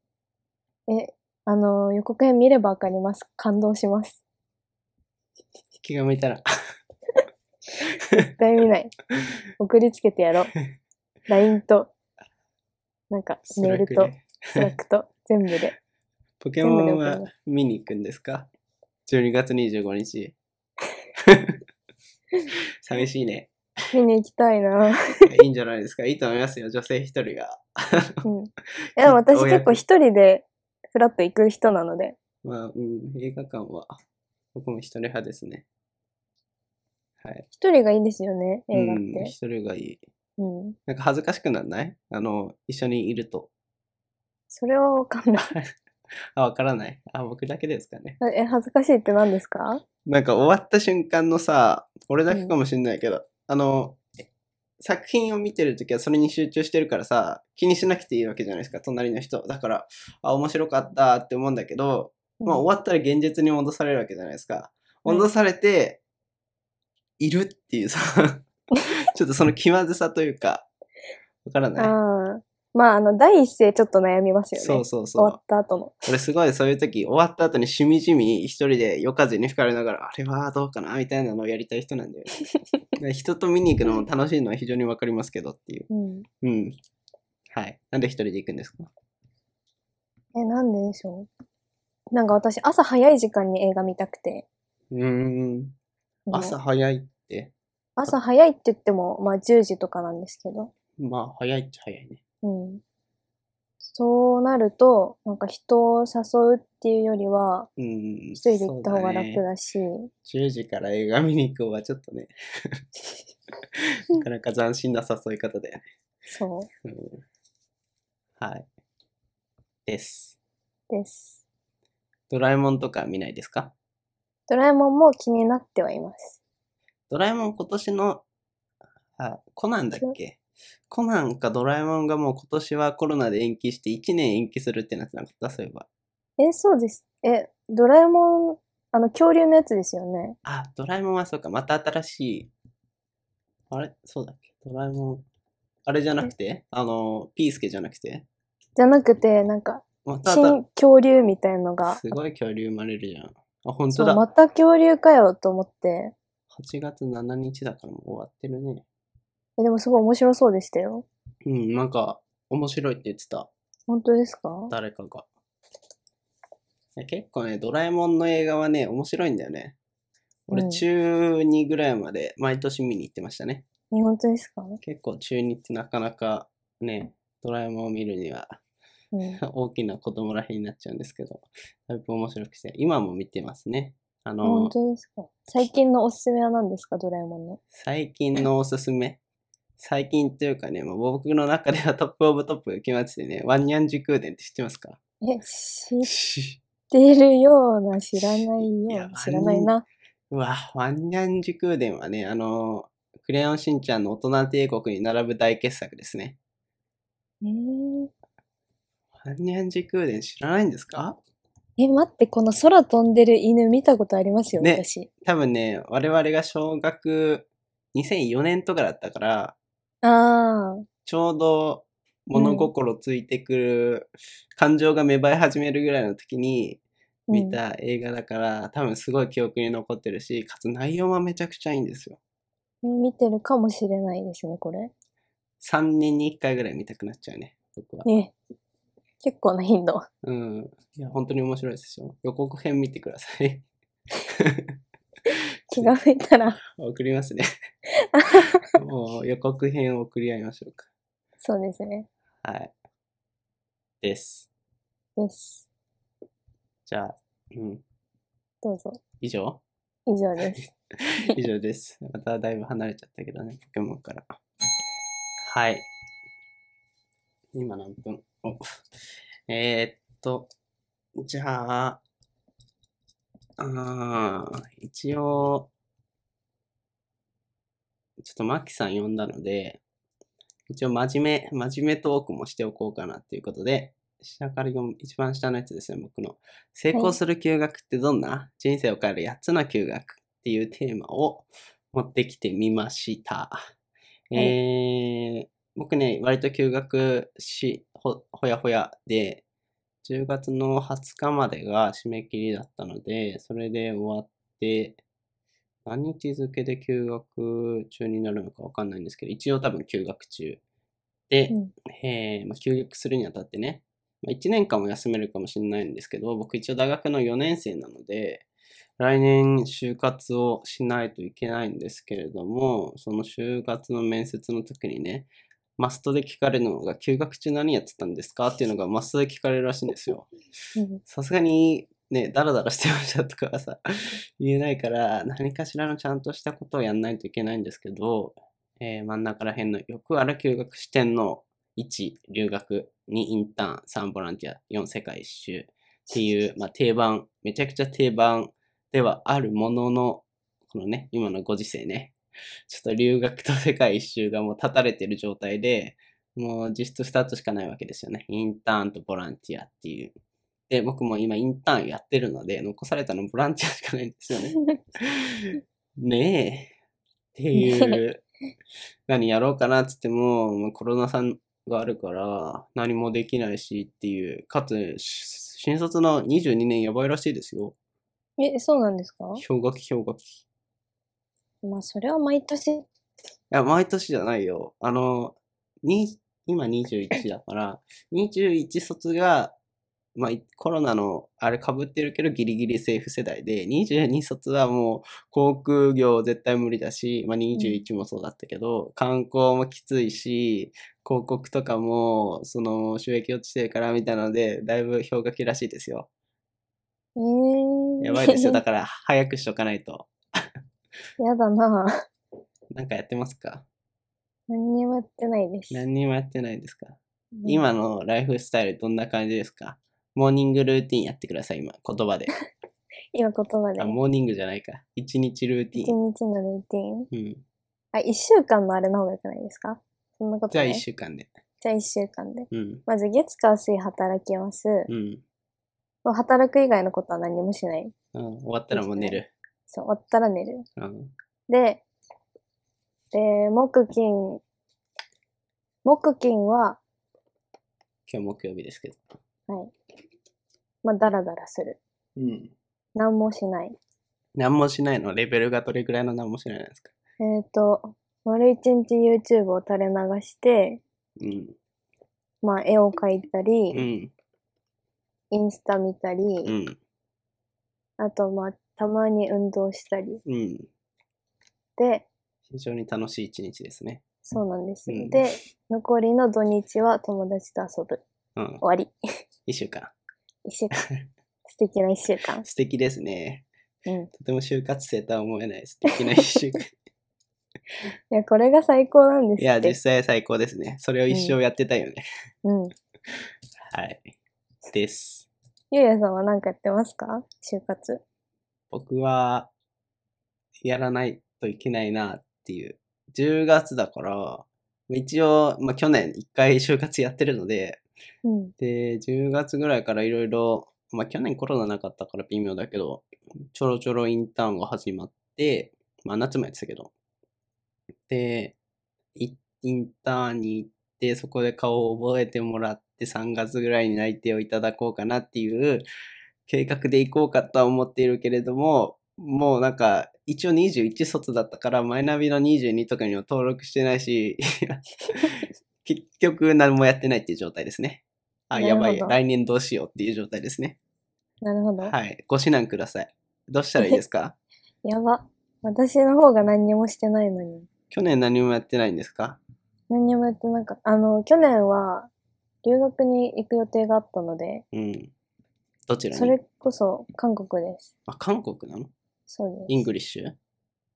S2: て、あの、予告編見ればわかります。感動します。
S1: 気が向いたら。 *laughs*
S2: 絶対見ない。送りつけてや
S1: *laughs*
S2: ろう。LINE と、なんか、メールと、スラックと、全部で。
S1: ポケモン
S2: 全部で送
S1: は
S2: りま
S1: 見に行くんですか ?12 月25日。 *laughs* 寂しいね。
S2: 見に行きたいな。
S1: いいんじゃないですか。いいと思いますよ。女性一人が。
S2: うん。
S1: *laughs*
S2: いや、私
S1: 親
S2: 結
S1: 子
S2: 構一人でフラッと行く人なので、
S1: まあ、うん、映画館は、僕も一人派ですね。はい。
S2: 一人がいいですよね、映画っ
S1: うん、
S2: て。
S1: 一人がいい。
S2: うん。
S1: なんか恥ずかしくなんないあの、一緒にいると。
S2: それはわかんない。
S1: あ、わからない。あ、僕だけですかね。
S2: え、 *laughs* 恥ずかしいって何ですか
S1: なんか終わった瞬間のさ、俺だけかもしんないけど、あの、作品を見てるときはそれに集中してるからさ、気にしなくていいわけじゃないですか、隣の人。だから、あ、面白かったって思うんだけど、まあ終わったら現実に戻されるわけじゃないですか。
S2: はい
S1: 戻されて、いるって *laughs* いうさ、ちょっとその気まずさというか、わから
S2: うん
S1: ない。
S2: ああ。まあ、あの、第一声ちょっと悩みますよね。
S1: そうそう
S2: 終
S1: そ
S2: わ
S1: う
S2: っ。た後の。
S1: 俺すごいそういう時終わった後にしみじみ一人で夜風に吹かれながらあれはどうかなみたいなのをやりたい人なんだよ
S2: *laughs*
S1: ね人と見に行くのも楽しいのは非常にわかりますけどっていう
S2: うん。
S1: うんはいなんで一人で行くんですか
S2: え、なんででしょうなんか私、朝早い時間に映画見たくて。
S1: うーん
S2: もう
S1: 朝早いって
S2: 朝早いって言っても、まあ10時とかなんですけど。
S1: まあ早いっちゃ早いね
S2: うん。そうなると、なんか人を誘うっていうよりは、
S1: うん
S2: 一人で行った方が楽
S1: そうね
S2: だし、
S1: 10時から映画見に行く方はちょっと
S2: *laughs*
S1: ねなかなか斬新な誘い方だよね、
S2: そ
S1: うん、はいです
S2: うです。
S1: ドラえもんとか見ないですか
S2: ドラえもんも気になってはいます。
S1: ドラえもん今年の、あ、コナンだっけコナンかドラえもんがもう今年はコロナで延期して1年延期するってなってなかったそういえば。
S2: え、そうです。え、ドラえもん、あの、恐竜のやつですよね。
S1: あ、ドラえもんはそうか、また新しい。あれそうだっけドラえもん。あれじゃなくてあの、ピースケじゃなくて
S2: じゃなくて、なんか、
S1: また新
S2: 新恐竜みたいのが、
S1: すごい恐竜生まれるじゃん。あ、本
S2: そ
S1: 当
S2: う
S1: だ。
S2: また恐竜かよと思って、
S1: 8月7日だからもう終わってるね。
S2: え、でもすごい面白そうでしたよ。
S1: うん、なんか、面白いって言ってた。
S2: 本当ですか
S1: 誰かが。いや結構ね、ドラえもんの映画はね、面白いんだよね。
S2: う
S1: 俺、
S2: ん
S1: 中2ぐらいまで毎年見に行ってましたね。
S2: え、本当ですか
S1: 結構中2ってなかなかね、ドラえもんを見るには *laughs*
S2: うん。
S1: 大きな子供らへんになっちゃうんですけど、だいぶ面白くて、今も見てますね。あ
S2: 本
S1: の、
S2: 当ですか最近のおすすめは何ですかドラえもんの。
S1: 最近のおすすめ。最近というかね、もう僕の中ではトップオブトップが決まっててね、ワンニャン時空伝って知ってますか
S2: え、知ってるような、知らない
S1: い
S2: よ
S1: や
S2: うな、知らないな。
S1: うわ、ワンニャン時空伝はね、あの、クレヨンしんちゃんの大人帝国に並ぶ大傑作ですね。
S2: えー
S1: ワンニャン時空伝知らないんですか
S2: え、待って、この空飛んでる犬見たことありますよ、
S1: ね
S2: 私。
S1: 多分ね、我々が小学2004年とかだったから、
S2: ああ、
S1: ちょうど物心ついてくる、感情が芽生え始めるぐらいの時に
S2: うん
S1: 見た映画だから、多分すごい記憶に残ってるし、かつ内容はめちゃくちゃいいんですよ。
S2: 見てるかもしれないですね、これ。
S1: 3年に1回ぐらい見たくなっちゃうね、僕は。
S2: ね。結構な
S1: *laughs*
S2: 頻度。
S1: うん。いや、本当に面白いですよ。予告編見てください。 *laughs*
S2: 気が向いたら、
S1: 送りますね。 *laughs* もう予告編を送り合いましょうか。
S2: そうですね。
S1: はい。です。
S2: です。
S1: じゃあ、うん。
S2: どうぞ。
S1: 以 *laughs* 上
S2: 以上です。
S1: 以上です。まただいぶ離れちゃったけどね、ポケモンから。はい。今何分おえー、っと、じゃあ、あー一応、ちょっとマキさん呼んだので、一応真面目、真面目トークもしておこうかなということで、下から読む、一番下のやつですね、僕の。成功する休学ってどんな、人生を変える8つの休学っていうテーマを持ってきてみました。
S2: い
S1: えー、僕ね、割と休学し、ほ、ほやほやで、10月の20日までが締め切りだったので、それで終わって、何日付で休学中になるのかわかんないんですけど、一応多分休学中。で、
S2: うん
S1: えーまあ、休学するにあたってね、まあ、1年間も休めるかもしれないんですけど、僕一応大学の4年生なので、来年就活をしないといけないんですけれども、その就活の面接の時にね、マストで聞かれるのが、休学中何やってたんですかっていうのがマストで聞かれるらしいんですよ。
S2: うん
S1: さすがにね、ダラダラしてましたとかはさ、 *laughs* 言えないから、何かしらのちゃんとしたことをやんないといけないんですけど、えー真ん中ら辺のよくある休学視点の1、留学、2、インターン、3、ボランティア、4、世界一周っていう、まあ、定番、めちゃくちゃ定番ではあるものの、このね、今のご時世ね、ちょっと留学と世界一周がもう立たれてる状態で、もう実質スタートしかないわけですよね。インターンとボランティアっていう。で、僕も今インターンやってるので、残されたのボランティアしかないんですよね。ねえ。っていう、何やろうかなっつっても、もうコロナさんがあるから、何もできないしっていう、かつ、し新卒の22年やばいらしいですよ。
S2: え、そうなんですか
S1: 氷河期、氷河期。い
S2: まあ、それは毎年。
S1: や、毎年じゃないよ。あの、に、今21だから、21卒が、まあ、いコロナのあれ被ってるけどギリギリ政府世代で、22卒はもう航空業絶対無理だし、まあ、21もそうだったけど、観光もきついし、広告とかも、その収益落ちてるからみたいなので、だいぶ氷河期らしいですよ。
S2: えー、
S1: やばい
S2: *laughs*
S1: ですよ。
S2: や
S1: だから早くしとかないと。
S2: *laughs* だなぁ。
S1: なんかやってますか
S2: 何にもやってないです。
S1: 何にもやってないですか
S2: うん
S1: 今のライフスタイルどんな感じですかモーニングルーティンやってください、今。言葉で。
S2: 今言葉で
S1: あ、。モーニングじゃないか。一日ルーティ
S2: 一
S1: ン。
S2: 日のルーティン。
S1: うん。
S2: あ、一週間のあれの方が良くないですかそんなこと
S1: じゃ
S2: な
S1: あ
S2: い。
S1: 一週間で。
S2: じゃあ一週間で。
S1: うん。
S2: まず月火水働きます。
S1: うん。
S2: もう働く以外のことは何もしない。
S1: うん、終わったらもう寝る。
S2: そう、終わったら寝る。
S1: うん。
S2: で、で、木金、木金は、
S1: 今日木曜日ですけど。
S2: はい。まあ、だらだらする。
S1: うん。
S2: 何もしない。
S1: 何もしないのレベルがどれくらいの何もしないなんですか
S2: えっ、と、丸一日 YouTube を垂れ流して、
S1: うん。
S2: まあ、絵を描いたり、
S1: うん。
S2: インスタ見たり、
S1: うん。
S2: あと、まあ、たまに運動したり。
S1: うん。
S2: で、
S1: 非常に楽しい一日ですね。
S2: そうなんです。
S1: うん
S2: で、残りの土日は友達と遊ぶ。
S1: うん
S2: 終。わり。 *laughs*
S1: 一週間。
S2: 一週間。素敵な一週間。
S1: 素敵ですね。
S2: うん。
S1: とても就活生とは思えない素敵な一週間。
S2: いや、これが最高なんですって。
S1: いや、実際最高ですね。それを一生やってたいよね。
S2: うん。
S1: はい。です。
S2: ゆうやさんは何かやってますか就活。
S1: 僕は、やらないといけないなっていう。10月だから、一応、まあ、去年一回就活やってるので、
S2: うん。
S1: で、10月ぐらいからいろいろ、まあ去年コロナなかったから微妙だけど、ちょろちょろインターンが始まって、まあ夏もやってたけど。で、いインターンに行って、そこで顔を覚えてもらって、3月ぐらいに内定をいただこうかなっていう計画で行こうかとは思っているけれども、もうなんか、一応21卒だったから、マイナビの22とかにも登録してないし、 *laughs* 結局何もやってないっていう状態ですね。あ、
S2: なる
S1: や
S2: ほど
S1: ばい。来年どうしようっていう状態ですね。
S2: なるほど。
S1: はい。ご指南ください。どうしたらいいです
S2: *laughs*
S1: か
S2: やば。私の方が何にもしてないのに。
S1: 去年何もやってないんですか
S2: 何にもやってなかった。あの、去年は留学に行く予定があったので、
S1: うん。どちらに
S2: それこそ韓国です。
S1: あ、韓国なの
S2: そうで
S1: イングリッシュ
S2: す。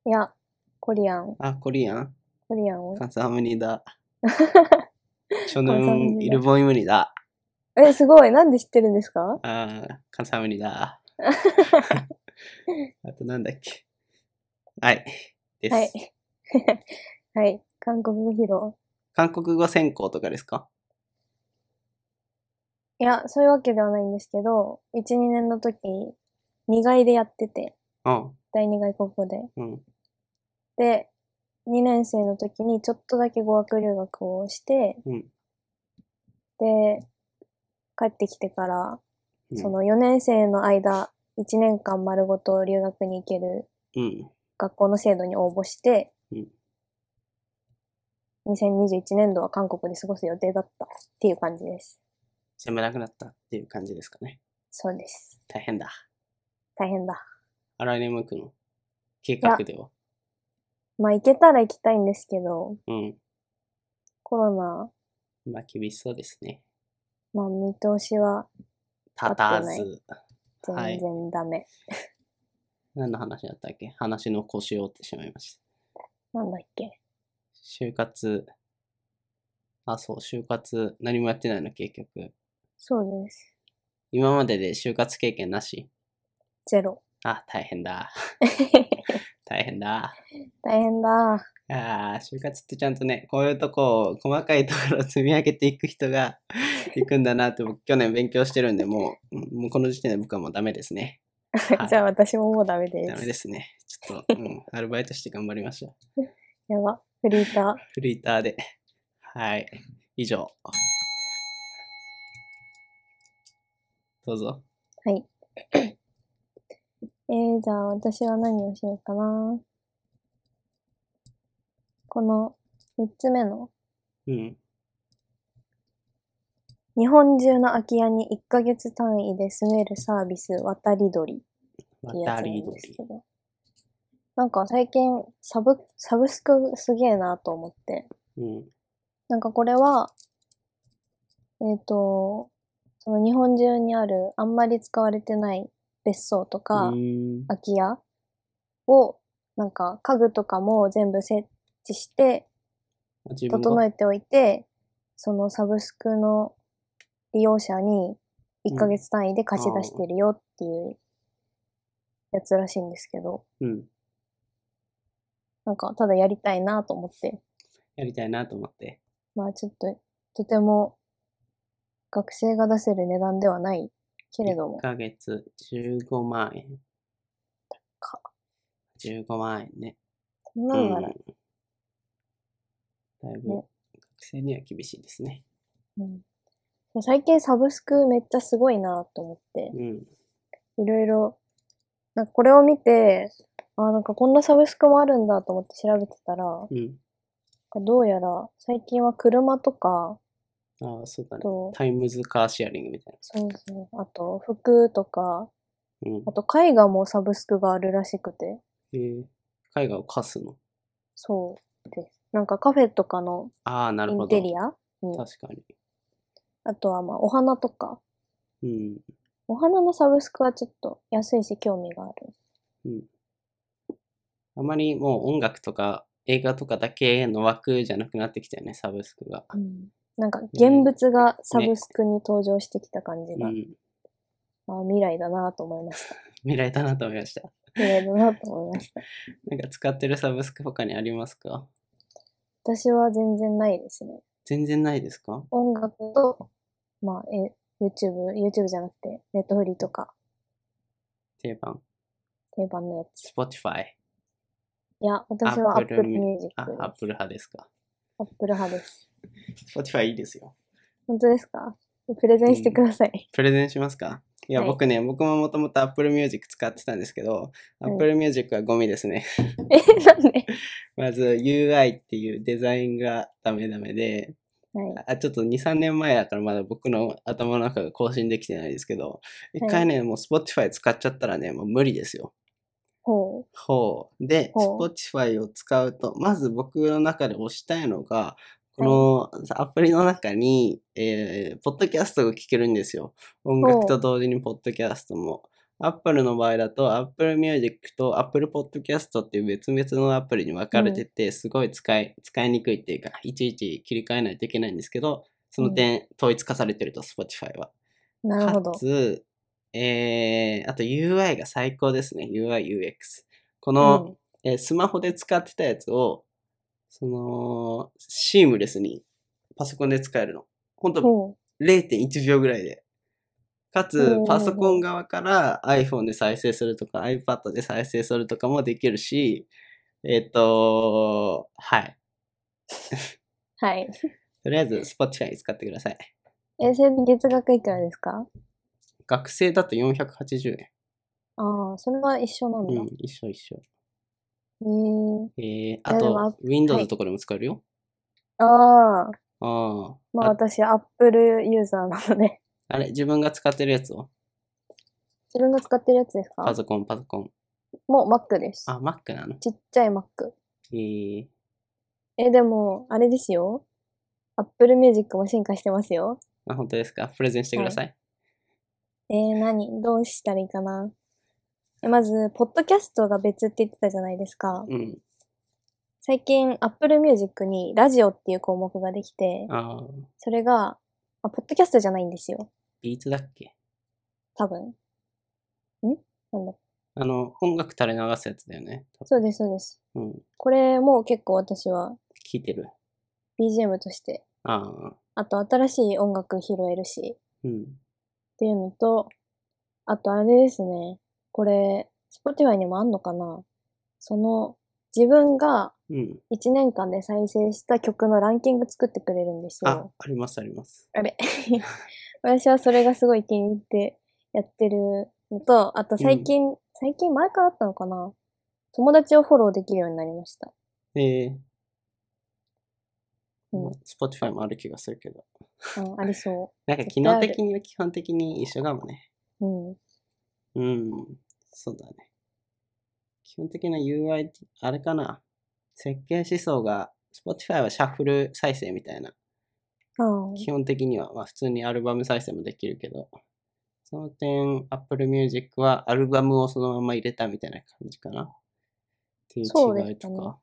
S2: いや、コリアン、
S1: あ、コリアン
S2: コリアンを。
S1: カンサムニ
S2: *laughs*
S1: ダ。初
S2: ムニダ
S1: 年、イルボイムニダ。
S2: え、すごい。なんで知ってるんですか
S1: あーカンサムニ
S2: *laughs*
S1: ダ。あとなんだっけ。はい。です。
S2: はい。 *laughs* はい。韓国語披露。
S1: 韓国語専攻とかですか
S2: いや、そういうわけではないんですけど、1、2年の時、2外でやってて、
S1: うん。
S2: 第2外国語で。
S1: うん。
S2: で、2年生の時にちょっとだけ語学留学をして、
S1: うん
S2: で、帰ってきてから、
S1: うん
S2: その4年生の間、1年間丸ごと留学に行ける
S1: うん。
S2: 学校の制度に応募して、
S1: うん
S2: 2021年度は韓国で過ごす予定だったっていう感じです。
S1: 狭なくなったっていう感じですかね。
S2: そうです。
S1: 大変だ。
S2: 大変だ。
S1: あ来年も行くの計画では。
S2: まあ行けたら行きたいんですけど、
S1: うん。
S2: コロ
S1: まあ、厳しそうですね。
S2: ナ、まあ見通しは
S1: 立た
S2: 合って
S1: ず。はい
S2: 全然ダメ。
S1: 何の話だったっけ話の腰を折ってしまいました。
S2: なんだっけ
S1: 就活。あ、そう、就活。何もやってないの、結局。
S2: そうです。
S1: 今までで就活経験なし。
S2: ゼロ。 *laughs*
S1: あ、大変だ。大変だ。
S2: 大変だ。
S1: ああ、就活ってちゃんとね、こういうとこを細かいところを積み上げていく人が *laughs* 行くんだなって僕去年勉強してるんで、もう、うんもうこの時点で僕はもうダメですね。はい
S2: じゃあ私ももうダメです。
S1: ダメですね。ちょっと、うん、アルバイトして頑張りましょう。
S2: やば。フリーター。
S1: フリーターで。はい。以上。どうぞ。
S2: はい。えー、じゃあ私は何をしようかな。この三つ目の
S1: うん。
S2: 日本中の空き家に1ヶ月単位で住めるサービス渡り鳥っていうや
S1: 渡
S2: つな
S1: り
S2: ん
S1: 鳥
S2: です。けど。なんか最近サブ、サブスクすげえなと思って。
S1: うん。
S2: なんかこれは、えっ、と、その日本中にあるあんまり使われてない別荘と
S1: うー
S2: か
S1: ん
S2: 空き家を、なんか家具とかも全部設置して
S1: 自分
S2: 整
S1: が
S2: えておいて、そのサブスクの利用者に1ヶ月単位で貸し出してるよっていうやつらしいんですけど、
S1: うん。
S2: なんかただやりたいなと思って
S1: やりたいなと思って。
S2: まあちょっと、とても学生が出せる値段ではないけれども
S1: 1、ヶ月15万円。
S2: か
S1: 15万円ね。
S2: こんなのなら、
S1: うんだいぶ、
S2: ね
S1: 学生には厳しいですね。
S2: うん最近サブスクめっちゃすごいなと思って、
S1: うん。
S2: いろいろ、なんかこれを見て、あーなんかこんなサブスクもあるんだと思って調べてたら、なん
S1: うん。
S2: かどうやら最近は車とか、
S1: ああ、そうだ
S2: あ
S1: ね。
S2: と、
S1: タイムズカーシェアリングみたい
S2: そうですね、あと服とか、
S1: な。うん
S2: あ。と絵画もサブスクがあるらしくて、
S1: えー、絵画を貸すの。
S2: そうです。なんかカフェとかの
S1: ああ、なる
S2: イ
S1: ほど。
S2: ンテリアに
S1: 確かに。
S2: あとはまあお花とか。
S1: うん。
S2: お花のサブスクはちょっと安いし興味がある。
S1: あまりもう音楽とか映画とかだけの枠じゃなくなってきたよね、サブスクが。
S2: うん、なんか現物がサブスクに登場してきた感じ
S1: う
S2: が、
S1: ん。
S2: あ未来だなと思いま
S1: *laughs*
S2: した。
S1: 未来だなと思いました。
S2: 未来だなと思いました。
S1: なんか使ってるサブスク他にありますか
S2: 私は全然ないですね。
S1: 全然ないですか
S2: 音楽と、まあ、え、YouTube、YouTube じゃなくて、ネットフリとか、
S1: 定番。
S2: 定番のやつ。
S1: Spotify。
S2: いや、私は
S1: Apple
S2: Apple Music
S1: あ、Apple
S2: です。
S1: 派ですか。
S2: Apple 派です。
S1: Spotify いいですよ。
S2: 本当ですかプレゼンしてください。 *laughs*
S1: プレゼンしますかいや、
S2: はい
S1: 僕ね、僕ももともと Apple Music 使ってたんですけど、
S2: うん
S1: Apple Music はゴミですね。 *laughs*
S2: え、なんで
S1: まず UI っていうデザインがダメダメで、
S2: はい。
S1: あちょっと2、3年前だからまだ僕の頭の中が更新できてないですけど、一回ね、もう Spotify 使っちゃったらね、もう無理ですよ。
S2: ほ
S1: ほう。で、
S2: ほう
S1: Spotify を使うと、まず僕の中で押したいのが、このアプリの中に、えー、ポッドキャストが聴けるんですよ。音楽と同時にポッドキャストも。Apple の場合だと Apple Music と Apple Podcast っていう別々のアプリに分かれてて、すごい使い、使いにくいっていうか、いちいち切り替えないといけないんですけど、その点、統一化されてると、Spotify は。
S2: う。なるほど
S1: か。つ、えー、あと UI が最高ですね。UI、UX。この、えースマホで使ってたやつを、その、シームレスにパソコンで使えるの。ほん
S2: うん
S1: と
S2: ほ
S1: 0.1秒ぐらいで。かつ
S2: お、ー
S1: パソコン側から iPhone で再生するとか iPad で再生するとかもできるし、えっ、と、はい。
S2: う。はい。 *laughs*
S1: とりあえず Spotify 使ってください。
S2: え、それで月額いくらですか
S1: 学生だと480円。
S2: ああ、それは一緒なんだ。
S1: うん、一緒一緒。
S2: えー、
S1: えー、
S2: い
S1: あ
S2: やでもあ
S1: と、Windows とかでも使えるよ。
S2: ああ、
S1: ああ。
S2: まあ
S1: あ
S2: 私、Apple ユーザーなので、 *laughs*
S1: あれ、自分が使ってるやつを
S2: 自分が使ってるやつです
S1: パ
S2: か
S1: ソコン、パソコン。
S2: もう Mac です。
S1: あ、Mac なの
S2: ちっちゃい Mac。
S1: えー、
S2: え、でも、あれですよ。Apple Music も進化してますよ。
S1: あ、本当ですかプレゼンしてください。
S2: えー、何どうしたらいいかな。えまず、ポッドキャストが別って言ってたじゃないですか。
S1: うん。
S2: 最近、Apple Music にラジオっていう項目ができて、
S1: ああ、
S2: それが、あ、ポッドキャストじゃないんですよ。
S1: ビーツだっけ
S2: 多分。んなんだ
S1: あの、音楽垂れ流すやつだよね。多分
S2: そうです、そうです。
S1: うん。
S2: これも結構私は
S1: 聞いてる。
S2: BGM として、
S1: ああ、
S2: あと新しい音楽拾えるし、
S1: うん。
S2: っていうのと、あとあれですね。これ、Spotify にもあんのかなその、自分が
S1: うん。
S2: 1年間で再生した曲のランキング作ってくれるんです
S1: あ
S2: よ。、
S1: あります、あります。
S2: あれ *laughs* 私はそれがすごい気に入ってやってるのと、あと最近、最近前からあったのかな友達をフォローできるようになりました。
S1: えー、
S2: うん
S1: まあ Spotify もある気がするけど。 *laughs*
S2: うん、ありそ
S1: なんか、機能的には基本的に一緒かもね。
S2: う。うん。
S1: うん、そうだね。基本的な UI って、あれかな。設計思想が、Spotify はシャッフル再生みたいな。
S2: ああ
S1: 基本的には、まあ普通にアルバム再生もできるけど、その点、Apple Music はアルバムをそのまま入れたみたいな感じかな。っていう
S2: そうで
S1: 違い
S2: す
S1: と
S2: かね
S1: か。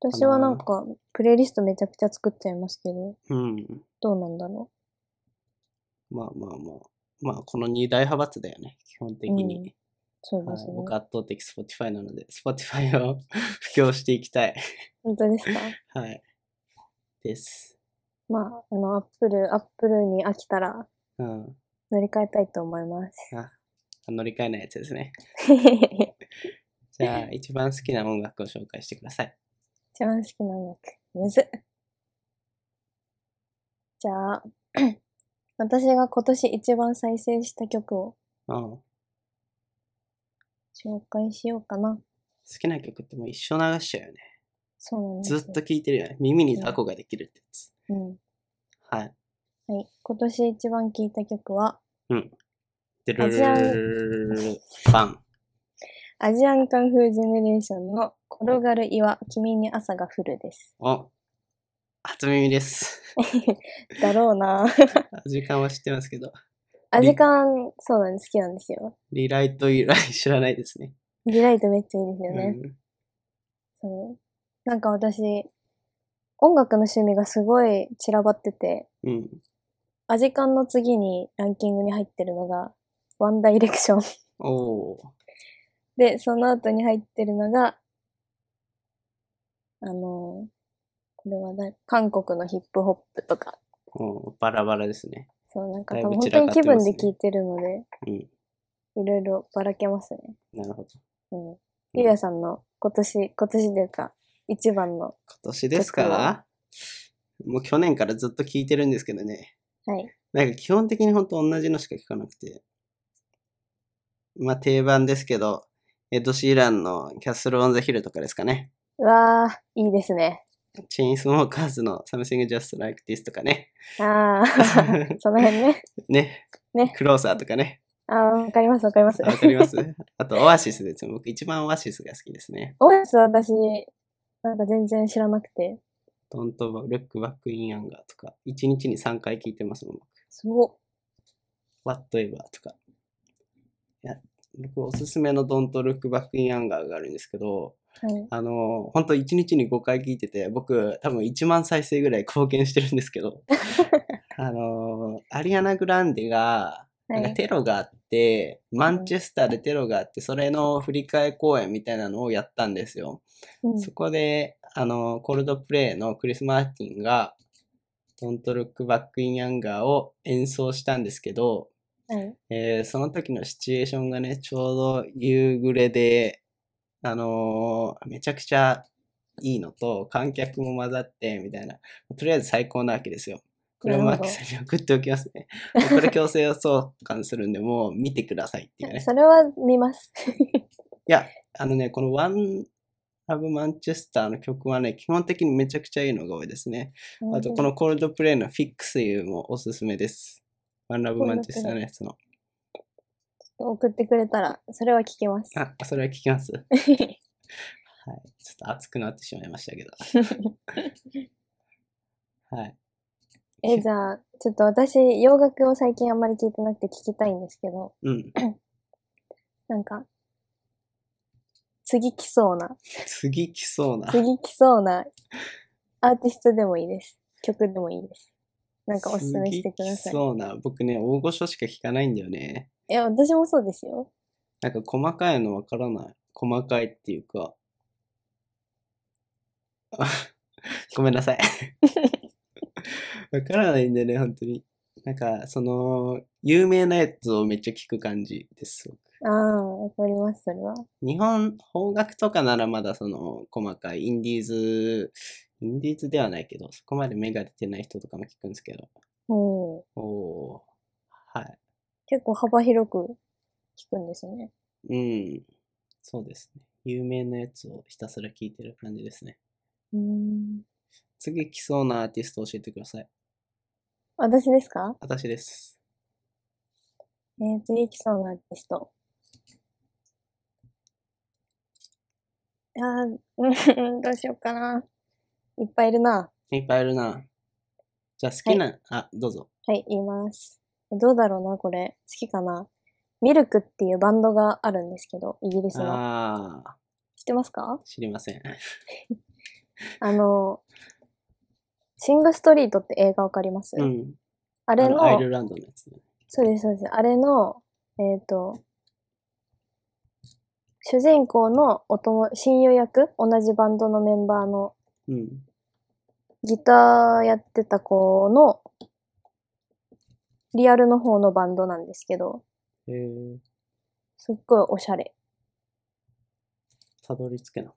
S2: 私はなんか、プレイリストめちゃくちゃ作っちゃいますけど、
S1: うん。
S2: どうなんだろ
S1: まあまあまあ。まあ、この二大派閥だよね。基本的
S2: う
S1: に
S2: ん。う。そう
S1: は
S2: で
S1: い
S2: すね。
S1: 僕圧倒的 Spotify なので、Spotify を *laughs* 布教していきたい。
S2: 本当ですか
S1: はい。です。
S2: まあ、あの、アップル、アップルに飽きたら
S1: うん。
S2: 乗り換えたいと思います。
S1: あ、乗り換えないやつですね。じゃあ、一番好きな音楽を紹介してください。
S2: *laughs* 一番好きな音楽。むずっ。じゃあ、 *clears throat* 私が今年一番再生した曲を
S1: うん。好
S2: 紹介しようかな。
S1: きな曲ってもう一生流しちゃうよね。
S2: そうなんです
S1: ず
S2: よ。
S1: っと聴いてるよね。耳に雑魚ができるってやつ。
S2: うん。
S1: はい。
S2: はい。今年一番聴いた曲は、
S1: でるる
S2: アジア
S1: るるるバン。
S2: アジアンカンフージェネレーションの転がる岩、君に朝が降るです。
S1: お初耳です。
S2: だろう
S1: *laughs*
S2: な。
S1: 時間は知ってますけど。
S2: アジカン、そうなんです。好きなんですよ。
S1: リライト以来知らないですね。
S2: リライトめっちゃいいですよね。
S1: うん
S2: そう。なんか私、音楽の趣味がすごい散らばってて、
S1: うん。
S2: アジカンの次にランキングに入ってるのが、ワンダイレクション。 *laughs*
S1: おー。
S2: で、その後に入ってるのが、あの、これはだ韓国のヒップホップとか、
S1: おーバラバラですね。
S2: そう、なんか
S1: だい
S2: 多
S1: ぶ散
S2: 分本
S1: らかっ
S2: 当に
S1: てま
S2: 気
S1: す
S2: 分
S1: ね
S2: で聴いてるので、
S1: うん。
S2: いろいろばらけますね。
S1: なるほど。
S2: うん。ゆうやさんの今年、今年というか、一番の、
S1: 今年ですかもう去年からずっと聞いてるんですけどね。
S2: はい。
S1: なんか基本的にほんと同じのしか聞かなくて。まあ定番ですけど、エド・シーランのキャッスル・オン・ザ・ヒルとかですかね。
S2: うわー、いいですね。
S1: チェイン・スモーカーズのサムシング・ジャスト・ライク・ティスとかね。
S2: あー、
S1: *laughs*
S2: その辺ね。
S1: ね。
S2: ね
S1: クローサーとかね。
S2: あー、わかります、わかります。
S1: あわかり *laughs* ますあと、オアシスですね。僕一番オアシスが好きですね。
S2: オアシス私、なんか全然知らなくて、
S1: Don't Look Back in Anger とか、一日に3回聞いてますもん。
S2: すごっ。
S1: Whatever とか。いや、僕おすすめの Don't Look Back in Anger があるんですけど、
S2: はい。
S1: あの、本当1日に5回聞いてて、僕多分1万再生ぐらい貢献してるんですけ
S2: *laughs*
S1: ど、あの、アリアナ・グランデが、なん
S2: は
S1: か
S2: い。
S1: テロがあって、マンチェスターでテロがあって、それの振り替え公演みたいなのをやったんですよ。
S2: うん
S1: そこで、あの、コールドプレイのクリス・マーティンが、Don't Look Back in Anger を演奏したんですけど、
S2: はい。
S1: えーその時のシチュエーションがね、ちょうど夕暮れで、あのーめちゃくちゃいいのと、観客も混ざって、みたいな。とりあえず最高なわけですよ。これをマーキさんに送っておきますね。もうこれ強制送還するんで、もう見てくださいっていうね。
S2: それは見ます。
S1: いや、 *laughs* あのね、このワンラブマンチェスターの曲はね、基本的にめちゃくちゃいいのが多いですね。あと、このコールドプレイのフィックスユーもおすすめです。ワンラブマンチェスターのやつの。
S2: 送ってくれたら、それは聞きます。 *laughs*
S1: あ、それは聞きます。はい。ちょっと熱くなってしまいましたけど。
S2: *laughs*
S1: はい。
S2: え、じゃあ、ちょっと私、洋楽を最近あんまり聞いてなくて聞きたいんですけど、
S1: うん。
S2: なんか、次来そうな、
S1: 次来そうな。
S2: 次来そうなアーティストでもいいです。曲でもいいです。なんかおすすめしてくださ
S1: 次来
S2: い。
S1: そうな。僕ね、大御所しか聞かないんだよね。
S2: え、私もそうですよ。
S1: なんか細かいのわからない。細かいっていうか。 *laughs* あごめんなさい。わからないんだよね、本当に。なんか、その、有名なやつをめっちゃ聞く感じです。
S2: ああ、わかります、それは。
S1: 日本、邦楽とかならまだその細かいインディーズ、インディーズではないけど、そこまで目が出てない人とかも聞くんですけど。
S2: うん。
S1: おー。はい。
S2: 結構幅広く聞くんですね。
S1: うん。そうですね。有名なやつをひたすら聞いてる感じですね。
S2: うん。
S1: 次来そうなアーティスト教えてください。
S2: 私ですか
S1: 私です。
S2: えー、次来そうなアーティスト。あーうん、 *laughs* どうしようかな。いっぱいいるな。
S1: いっぱいいるな。じゃあ好きな、あ、どうぞ。
S2: はい、言います。どうだろうな、これ。好きかな。ミルクっていうバンドがあるんですけど、イギリスの。
S1: ああ、
S2: 知ってますか
S1: 知りません。
S2: あの、シングストリートって映画わかります、
S1: うん。
S2: あ
S1: あ
S2: れ
S1: のアイル
S2: の、
S1: ランドのやつね。
S2: そうです、そうです。あれの、えっ、と、主人公のお友、親友役同じバンドのメンバーの
S1: うん。
S2: ギターやってた子の、リアルの方のバンドなんですけど、
S1: えー、
S2: すっごいおしゃれ。
S1: たどり着けなかっ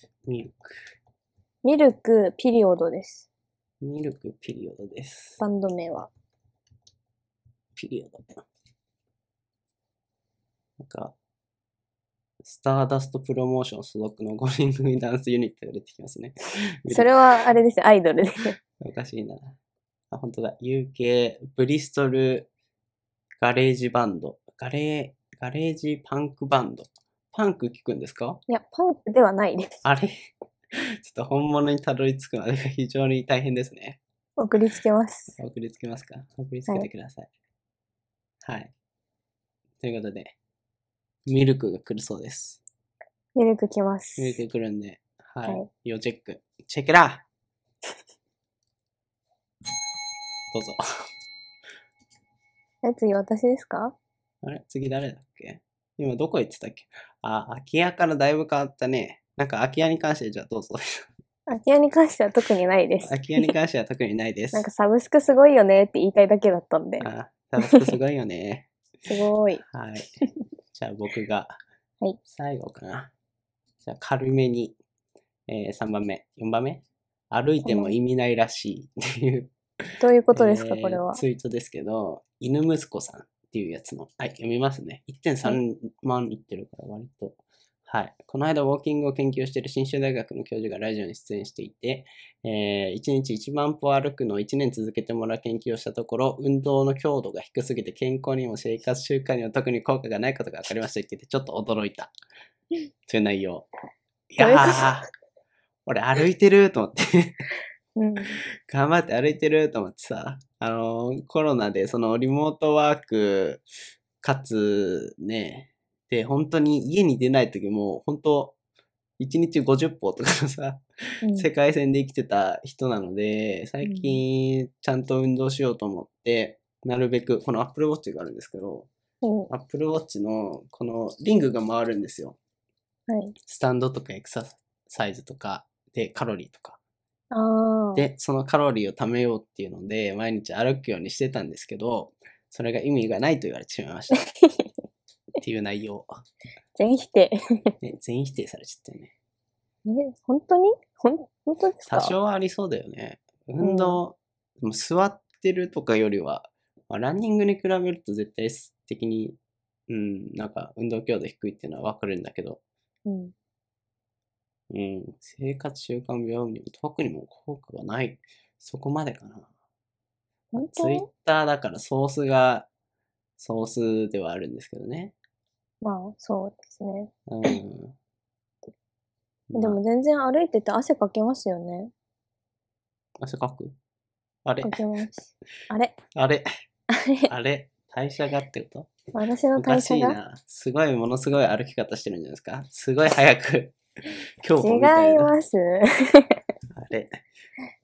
S1: た。ミルク。
S2: ミルク、ピリオドです。
S1: ミルクピリオドです。
S2: バンド名は。
S1: ピリオド。なんか、スターダストプロモーション所属の5人組ダンスユニットが出てきますね。
S2: それは、あれですよ、アイドルですよ。
S1: おかしいな。あ、本当だ。UK ブリストルガレージバンド。ガレー、ガレージパンクバンド。パンク聞くんですか
S2: いや、パンクではないです。
S1: あれ *laughs* ちょっと本物にたどり着くまでが非常に大変ですね。
S2: 送りつけます。
S1: 送りつけますか送りつけてください。はい。ということで、ミルクが来るそうです。
S2: ミルク来ます
S1: ミ。ルク来るんで、は。
S2: はい
S1: 要チェック。チェックだどうぞ。
S2: え、次私ですか
S1: あれ次誰だっけ今どこ行ってたっけあ、空き家からだいぶ変わったね。なんか空き家に関してじゃあどう
S2: *laughs*
S1: ぞ。
S2: 空き家に関しては特にないです。
S1: 空き家に関しては特にないです。
S2: なんかサブスクすごいよねって言いたいだけだったんで。
S1: あ、楽しくすごいよね。
S2: すごい。
S1: はい。じゃあ僕が、
S2: はい
S1: 最後かな。じゃあ軽めに、えー、3番目、4番目歩いても意味ないらしいっていう
S2: どういうことですか、
S1: えー
S2: これは。
S1: ツイートですけど、犬息子さんっていうやつの、はい、読みますね。1.3万いってるから、割と。はい。この間、ウォーキングを研究している信州大学の教授がラジオに出演していて、え1日1万歩歩くのを1年続けてもらう研究をしたところ、運動の強度が低すぎて健康にも生活習慣にも特に効果がないことが分かりましたって言って、ちょっと驚いた。という内容。いや
S2: どういうこ
S1: ー、俺歩いてると思って。
S2: うん。
S1: 頑張って歩いてると思ってさ、あのーコロナでそのリモートワーク、かつね、で、本当に家に出ない時も、本当1日50歩とかのさ、
S2: うん
S1: 世界線で生きてた人なので、最近ちゃんと運動しようと思って、なるべく、この Apple Watch があるんですけど、
S2: うんは
S1: Apple Watch のこのリングが回るんですよ。
S2: い。
S1: スタンドとかエクササイズとか、で、カロリーとか。
S2: ああ。
S1: で、そのカロリーを貯めようっていうので、毎日歩くようにしてたんですけど、それが意味がないと言われてしまいました。っていう内容。
S2: *laughs* 全否定。
S1: ね、全否定されちゃったよね。
S2: ね、本当にほん本当ですか
S1: 多少はありそうだよね。運動、でも座ってるとかよりは、まあ、ランニングに比べると絶対的に、うん、なんか運動強度低いっていうのはわかるんだけど、
S2: うん。
S1: うん、生活習慣病にも特にも効果がない。そこまでかな。
S2: 本当
S1: ツイッターだからソースがソースではあるんですけどね。
S2: まあ、そうですね。
S1: うん。
S2: でも全然歩いてて汗かけますよね。
S1: まあ、汗かくあれ
S2: かけます。あれ *laughs*
S1: あれ
S2: あれ
S1: あれ代謝がってこと
S2: 私の
S1: おか
S2: 代
S1: し
S2: 謝
S1: い
S2: が
S1: な。すごい、ものすごい歩き方してるんじゃないですか。すごい早
S2: *laughs*
S1: く。競歩みた
S2: 違
S1: い
S2: い
S1: な。
S2: ます。
S1: あれ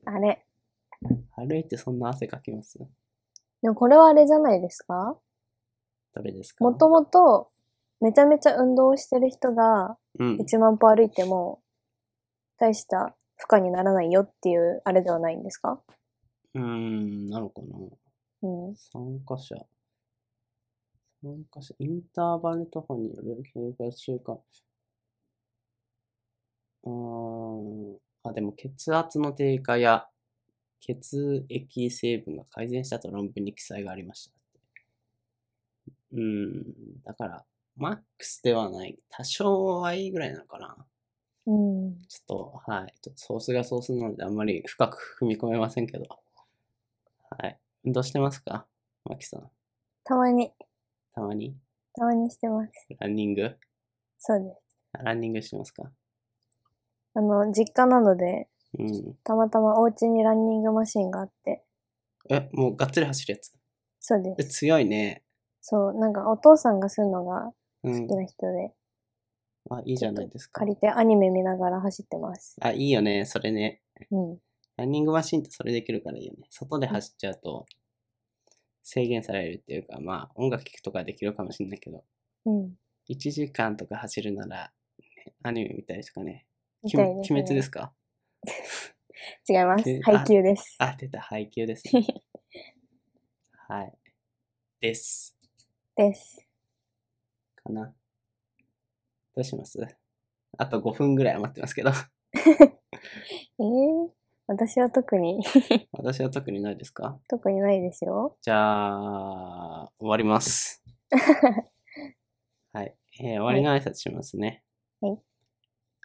S2: あれ
S1: 歩いてそんな汗かきます
S2: でもこれはあれじゃないですか
S1: どれですか
S2: もともと、めちゃめちゃ運動をしてる人が
S1: うん。
S2: 1万歩歩いても、大した負荷にならないよっていうあれではないんですか
S1: うーん、なのかな。
S2: うん。
S1: 参加者。参加者、インターバルとかによる生活習慣。うーん。あ、でも血圧の低下や血液成分が改善したと論文に記載がありました。うーん。だから、マックスではない。多少はいいぐらいなのかな。
S2: うん。
S1: ちょっと、はい。ちょっとソースがソースなので、あんまり深く踏み込めませんけど。はい。運動してますかマキさん。
S2: たまに、
S1: たまに
S2: たまにしてます。
S1: ランニング
S2: そうです。
S1: ランニングしてますか
S2: あの、実家なので、
S1: うん。
S2: たまたまお家にランニングマシンがあって、
S1: え、もうがっつり走るやつ。
S2: そうです。
S1: え、強いね。
S2: そう、なんかお父さんがするのが
S1: う
S2: 好
S1: ん
S2: き。な人で、
S1: あ、いいじゃないですか
S2: 借。りてアニメ見ながら走ってます。
S1: あ、いいよね。それね。
S2: うん。
S1: ランニングマシンってそれできるからいいよね。外で走っちゃうと制限されるっていうか、まあ音楽聴くとかできるかもしれないけど、
S2: うん。
S1: 1時間とか走るなら、ねアニメ見たりとかね。
S2: み
S1: き
S2: た
S1: め
S2: いです、ね。
S1: 鬼滅ですか
S2: 違います
S1: で。
S2: 配給です。
S1: あ、出た。配給ですね。はい。です。
S2: *laughs* です。
S1: かな。どうしますあと5分ぐらい余ってますけど。
S2: えー、私は特に、 *laughs*
S1: 私は特にないですか
S2: 特にないですよ。
S1: じゃあ、終わり
S2: *laughs*
S1: ます。はい、えー終わりの挨拶しますね。
S2: はい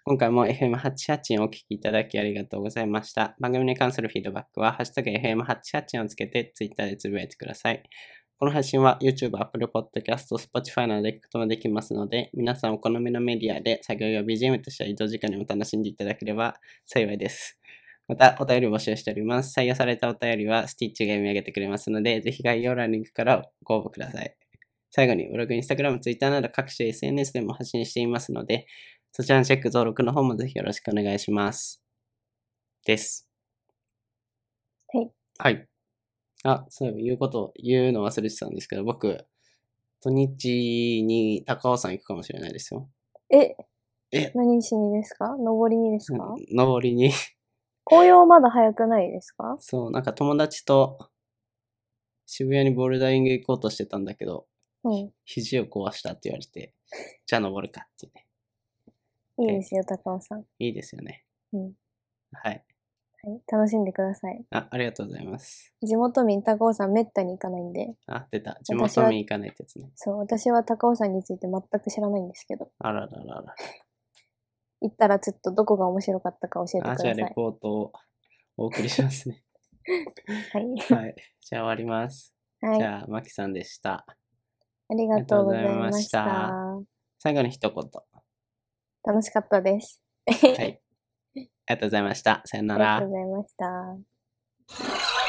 S1: 今回も FM88 をお聞きいただきありがとうございました。番組に関するフィードバックは、ハッシュタグ FM88 をつけて Twitter でつぶやいてください。この配信は YouTube、Apple Podcast、Spotify などで聞くこともできますので、皆さんお好みのメディアで作業用 BGM としては移動時間にも楽しんでいただければ幸いです。また、お便りを募集しております。採用されたお便りは、スティッチが読み上げてくれますので、ぜひ概要欄のリンクからご応募ください。最後に、ブログ、インスタグラム、ツイッターなど各種 SNS でも発信していますので、そちらのチェック登録の方もぜひよろしくお願いします。です。
S2: はい。
S1: はい。あ、そういえば言うこと、言うの忘れてたんですけど、僕、土日に高尾山行くかもしれないですよ。
S2: え、
S1: え
S2: 何しにですか登りにですか、
S1: 登りに。
S2: 紅葉まだ早くないですか
S1: そう、なんか友達と渋谷にボルダリング行こうとしてたんだけど、
S2: うん。
S1: 肘を壊したって言われて、じゃあ登るかってね。
S2: いいですよ、高尾さん。はい
S1: いですよね。
S2: うん
S1: はい。
S2: い、楽しんでください。
S1: あ、ありがとうございます。
S2: 地元民高尾さんめったに行かないんで、
S1: あ、出た。地
S2: 私
S1: 元
S2: は
S1: 民行かないってやつね。
S2: そう、私は高尾さんについて全く知らないんですけど、
S1: あらららら。
S2: 行ったらちょっとどこが面白かったか教えて
S1: あ、
S2: く
S1: じゃあ
S2: ださ
S1: レ
S2: い。
S1: ポートをお送りします
S2: *laughs*
S1: ね。
S2: はい。
S1: はい。じゃあ終わります。
S2: はい
S1: じ。ゃあ、マキさんでした。
S2: ありがとうございまし
S1: ありがと
S2: た。
S1: 最後に一
S2: *laughs*
S1: 言。
S2: 楽しかったです。
S1: はい。ありがとうございました。さよ
S2: あ
S1: な
S2: りが
S1: ら
S2: とう。ございました。